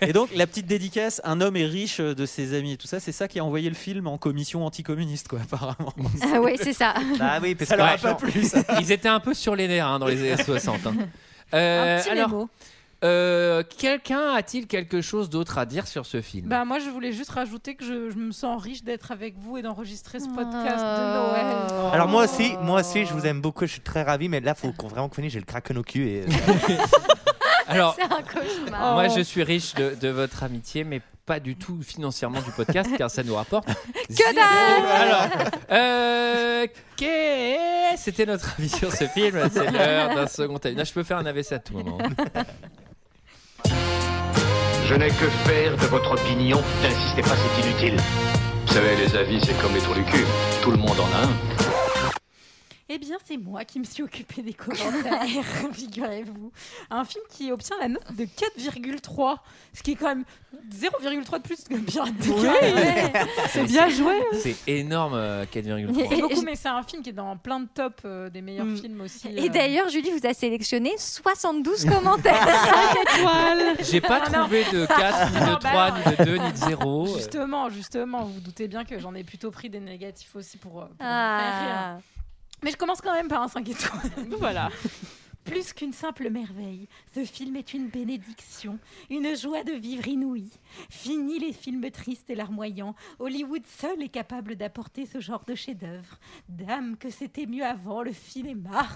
Et donc, la petite dédicace, un homme est riche euh, de ses amis et tout ça, c'est ça qui a envoyé le film en commission anticommuniste, quoi, apparemment. Ah ouais, c'est ça. Bah Ah oui, parce Ça que leur a l'argent- pas plu, ça. Ils étaient un peu sur les nerfs hein, dans les années 60. hein. Euh, Un petit alors, mémo. euh, quelqu'un a-t-il quelque chose d'autre à dire sur ce film Bah moi je voulais juste rajouter que je, je me sens riche d'être avec vous et d'enregistrer Oh. ce podcast de Noël. Alors moi aussi, moi aussi, je vous aime beaucoup, je suis très ravi, mais là, faut qu'on vraiment qu'on finisse, j'ai le kraken au cul. Et... euh, Alors, un Oh. cauchemar. Oh. moi je suis riche de, de votre amitié, mais pas du tout financièrement du podcast, car ça nous rapporte. Que dalle Alors, euh, qu'est- c'était notre avis sur ce film. C'est l'heure d'un second avis. Là, je peux faire un AVC à tout moment. Je n'ai que faire de votre opinion. N'insistez pas, c'est inutile. Vous savez, les avis, c'est comme les trous du cul. Tout le monde en a un. Eh bien c'est moi qui me suis occupée des commentaires, figurez-vous. Un film qui obtient la note de 4,3, ce qui est quand même 0,3 de plus que Pirates des Caraïbes. C'est bien joué. C'est énorme, euh, 4,3. C'est beaucoup, mais c'est un film qui est dans plein de tops euh, des meilleurs films aussi. Mm. Et euh. d'ailleurs, Julie vous a sélectionné 72 commentaires. 5 étoiles. J'ai pas Ah Non, non. trouvé de 4, ni de Non, bah 3, non. ni de 2, ni de 0. Justement, justement, vous vous doutez bien que j'en ai plutôt pris des négatifs aussi pour, euh, pour Ah. me faire rire. Mais je commence quand même par un 5 étoiles. voilà. Plus qu'une simple merveille, ce film est une bénédiction, une joie de vivre inouïe. Fini les films tristes et larmoyants. Hollywood seul est capable d'apporter ce genre de chef-d'œuvre. Dame, que c'était mieux avant le cinéma.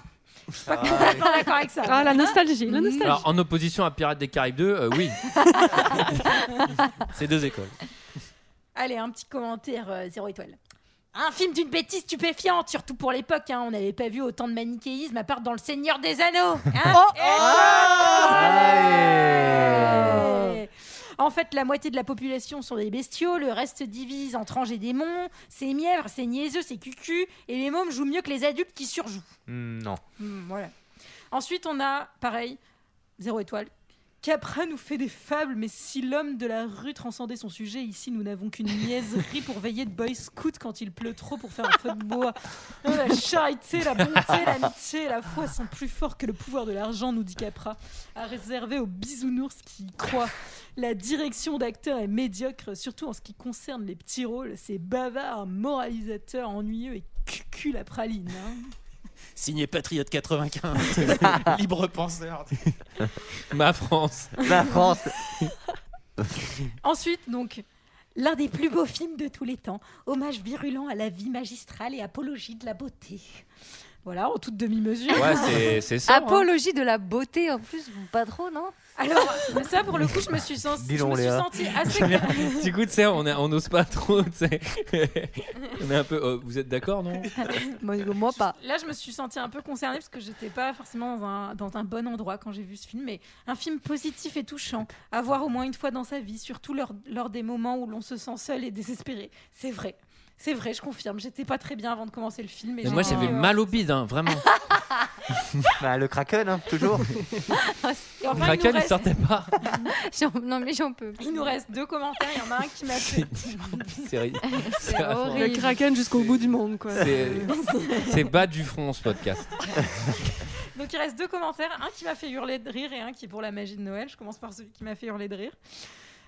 Je suis pas Ah, complètement d'accord avec ça. Mm. Ah, la nostalgie, la nostalgie. Euh, Alors, en opposition à Pirates des Caraïbes 2, euh, oui. C'est deux écoles. Allez, un petit commentaire, euh, zéro étoile. Un film d'une bêtise stupéfiante, surtout pour l'époque. hein. On n'avait pas vu autant de manichéisme à part dans Le Seigneur des Anneaux. hein. Et voilà. En fait, la moitié de la population sont des bestiaux, le reste se divise entre anges et démons. C'est mièvre, c'est niaiseux, c'est cucu, et les mômes jouent mieux que les adultes qui surjouent. Non. Hmm, voilà. Ensuite, on a, pareil, zéro étoile. Capra nous fait des fables, mais si l'homme de la rue transcendait son sujet, ici nous n'avons qu'une niaiserie pour veiller de Boy Scout quand il pleut trop pour faire un feu de bois. Non, la charité, la bonté, l'amitié, la foi sont plus forts que le pouvoir de l'argent, nous dit Capra, à réserver aux bisounours qui y croient. La direction d'acteur est médiocre, surtout en ce qui concerne les petits rôles. C'est bavard, moralisateur, ennuyeux et cucul à praline. hein. Signé Patriote 95, libre penseur. Ma France. La France. Ensuite, donc, l'un des plus beaux films de tous les temps, hommage virulent à la vie magistrale et apologie de la beauté. Voilà, en toute demi-mesure. Ouais, c'est- c'est hein. ça, hein. Apologie de la beauté en plus, pas trop, non Alors, ça, pour le coup, je me suis, sens- je Dis-donc, me suis Léa. sentie assez. du coup, tu sais, on est- on n'ose pas trop. tu sais. on est un peu. euh, vous êtes d'accord, non moi, moi, pas. Là, je me suis sentie un peu concernée parce que j'étais pas forcément dans un, dans un bon endroit quand j'ai vu ce film, mais un film positif et touchant, à voir au moins une fois dans sa vie, surtout lors, lors des moments où l'on se sent seul et désespéré. C'est vrai, c'est vrai, je confirme. J'étais pas très bien avant de commencer le film. et Mais moi, j'ai- euh, euh, j'avais mal au bide, hein, vraiment. Bah, le kraken, hein, toujours. Et enfin, il Kraken, nous il reste- sortait pas. J'en- Non, mais j'en peux. Il nous reste deux commentaires. Il y en a un qui m'a fait. C'est ri- C'est c'est affreux. Le kraken jusqu'au bout du monde, quoi. C'est- C'est bas du front, ce podcast. Donc il reste deux commentaires. Un qui m'a fait hurler de rire et un qui est pour la magie de Noël. Je commence par celui qui m'a fait hurler de rire.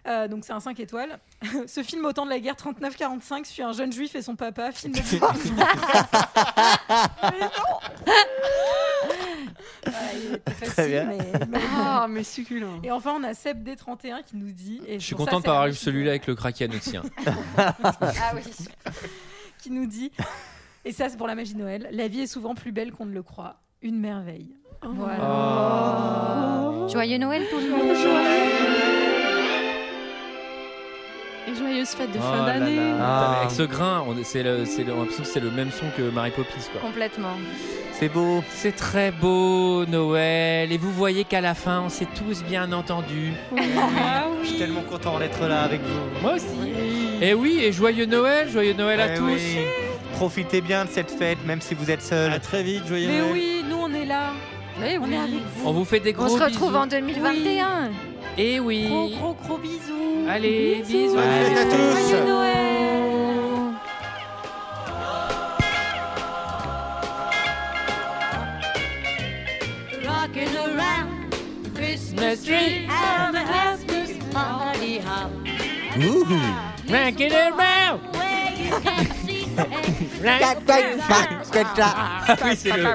Euh, donc c'est un 5 étoiles. Ce film au temps de la guerre 39-45 suit un jeune juif et son papa. Film de Mais non Voilà, il était facile, Très bien. mais il m'a- Ah, mais succulent. Et enfin on a Seb D31 qui nous dit. Et Je suis content de pas avoir eu celui-là avec le Kraken aussi. hein. ah oui. qui nous dit, et ça c'est pour la magie de Noël, la vie est souvent plus belle qu'on ne le croit. une merveille. Voilà. Oh. Joyeux Noël tout le monde. Et joyeuses fêtes de Oh fin là d'année. là. Ah. Putain, mais Avec ce grain, on est- c'est le, c'est le, on a l'impression que c'est le même son que Mary Poppins. Quoi. Complètement. C'est beau. C'est très beau, Noël. Et vous voyez qu'à la fin, on s'est tous bien entendus. Je suis tellement content d'être là avec vous. Moi aussi. Et oui, et joyeux Noël, joyeux Noël à Eh tous. oui. Profitez bien de cette fête, même si vous êtes seul. À très vite, joyeux Mais oui, nous on est là. on est avec vous. On vous fait des On gros se retrouve bisous. en 2021. Et oui. Gros gros gros bisous. Allez, bisous. Bonne Bisous. fête à tous. Joyeux Noël. Rocking around the Christmas tree and the Christmas party hop. Rock it around. Ah oui, c'est le,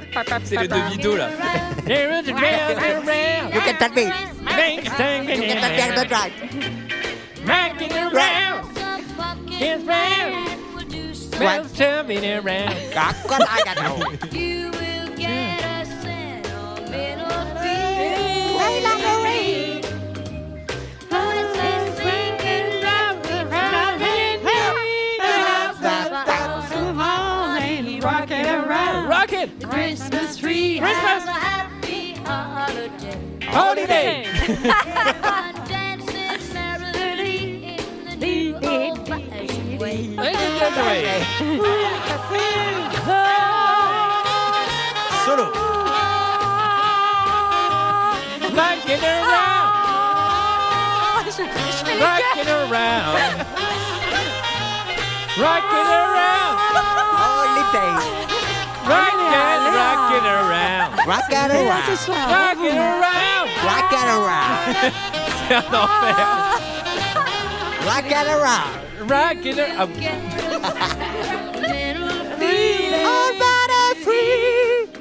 c'est le Davido là. You can tell me. You can tell me I'm not right. Rocking around. Yes, round. Well, turning around. ah, You will get a sentimental feeling. Layla Marie. Voices singing, round and round and round. Rock it around. Rock it. The Christmas tree. Christmas. Have a happy holiday. Holiday. Everyone dances merrily in the new old-fashioned way. Solo. Rocking around. Rocking around. Rocking around. Rocking, rocking around. Rock it around. Ce soir, Rock it bravo. around. Rock it around. C'est un enfer. Rock it around. Rock it around.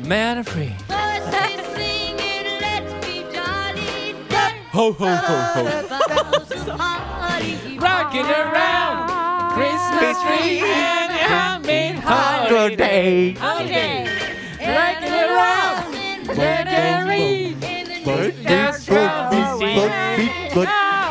Man free. Ho ho ho ho. Rocking around Christmas tree and happy holiday. Holiday. Rocking around Merry Christmas.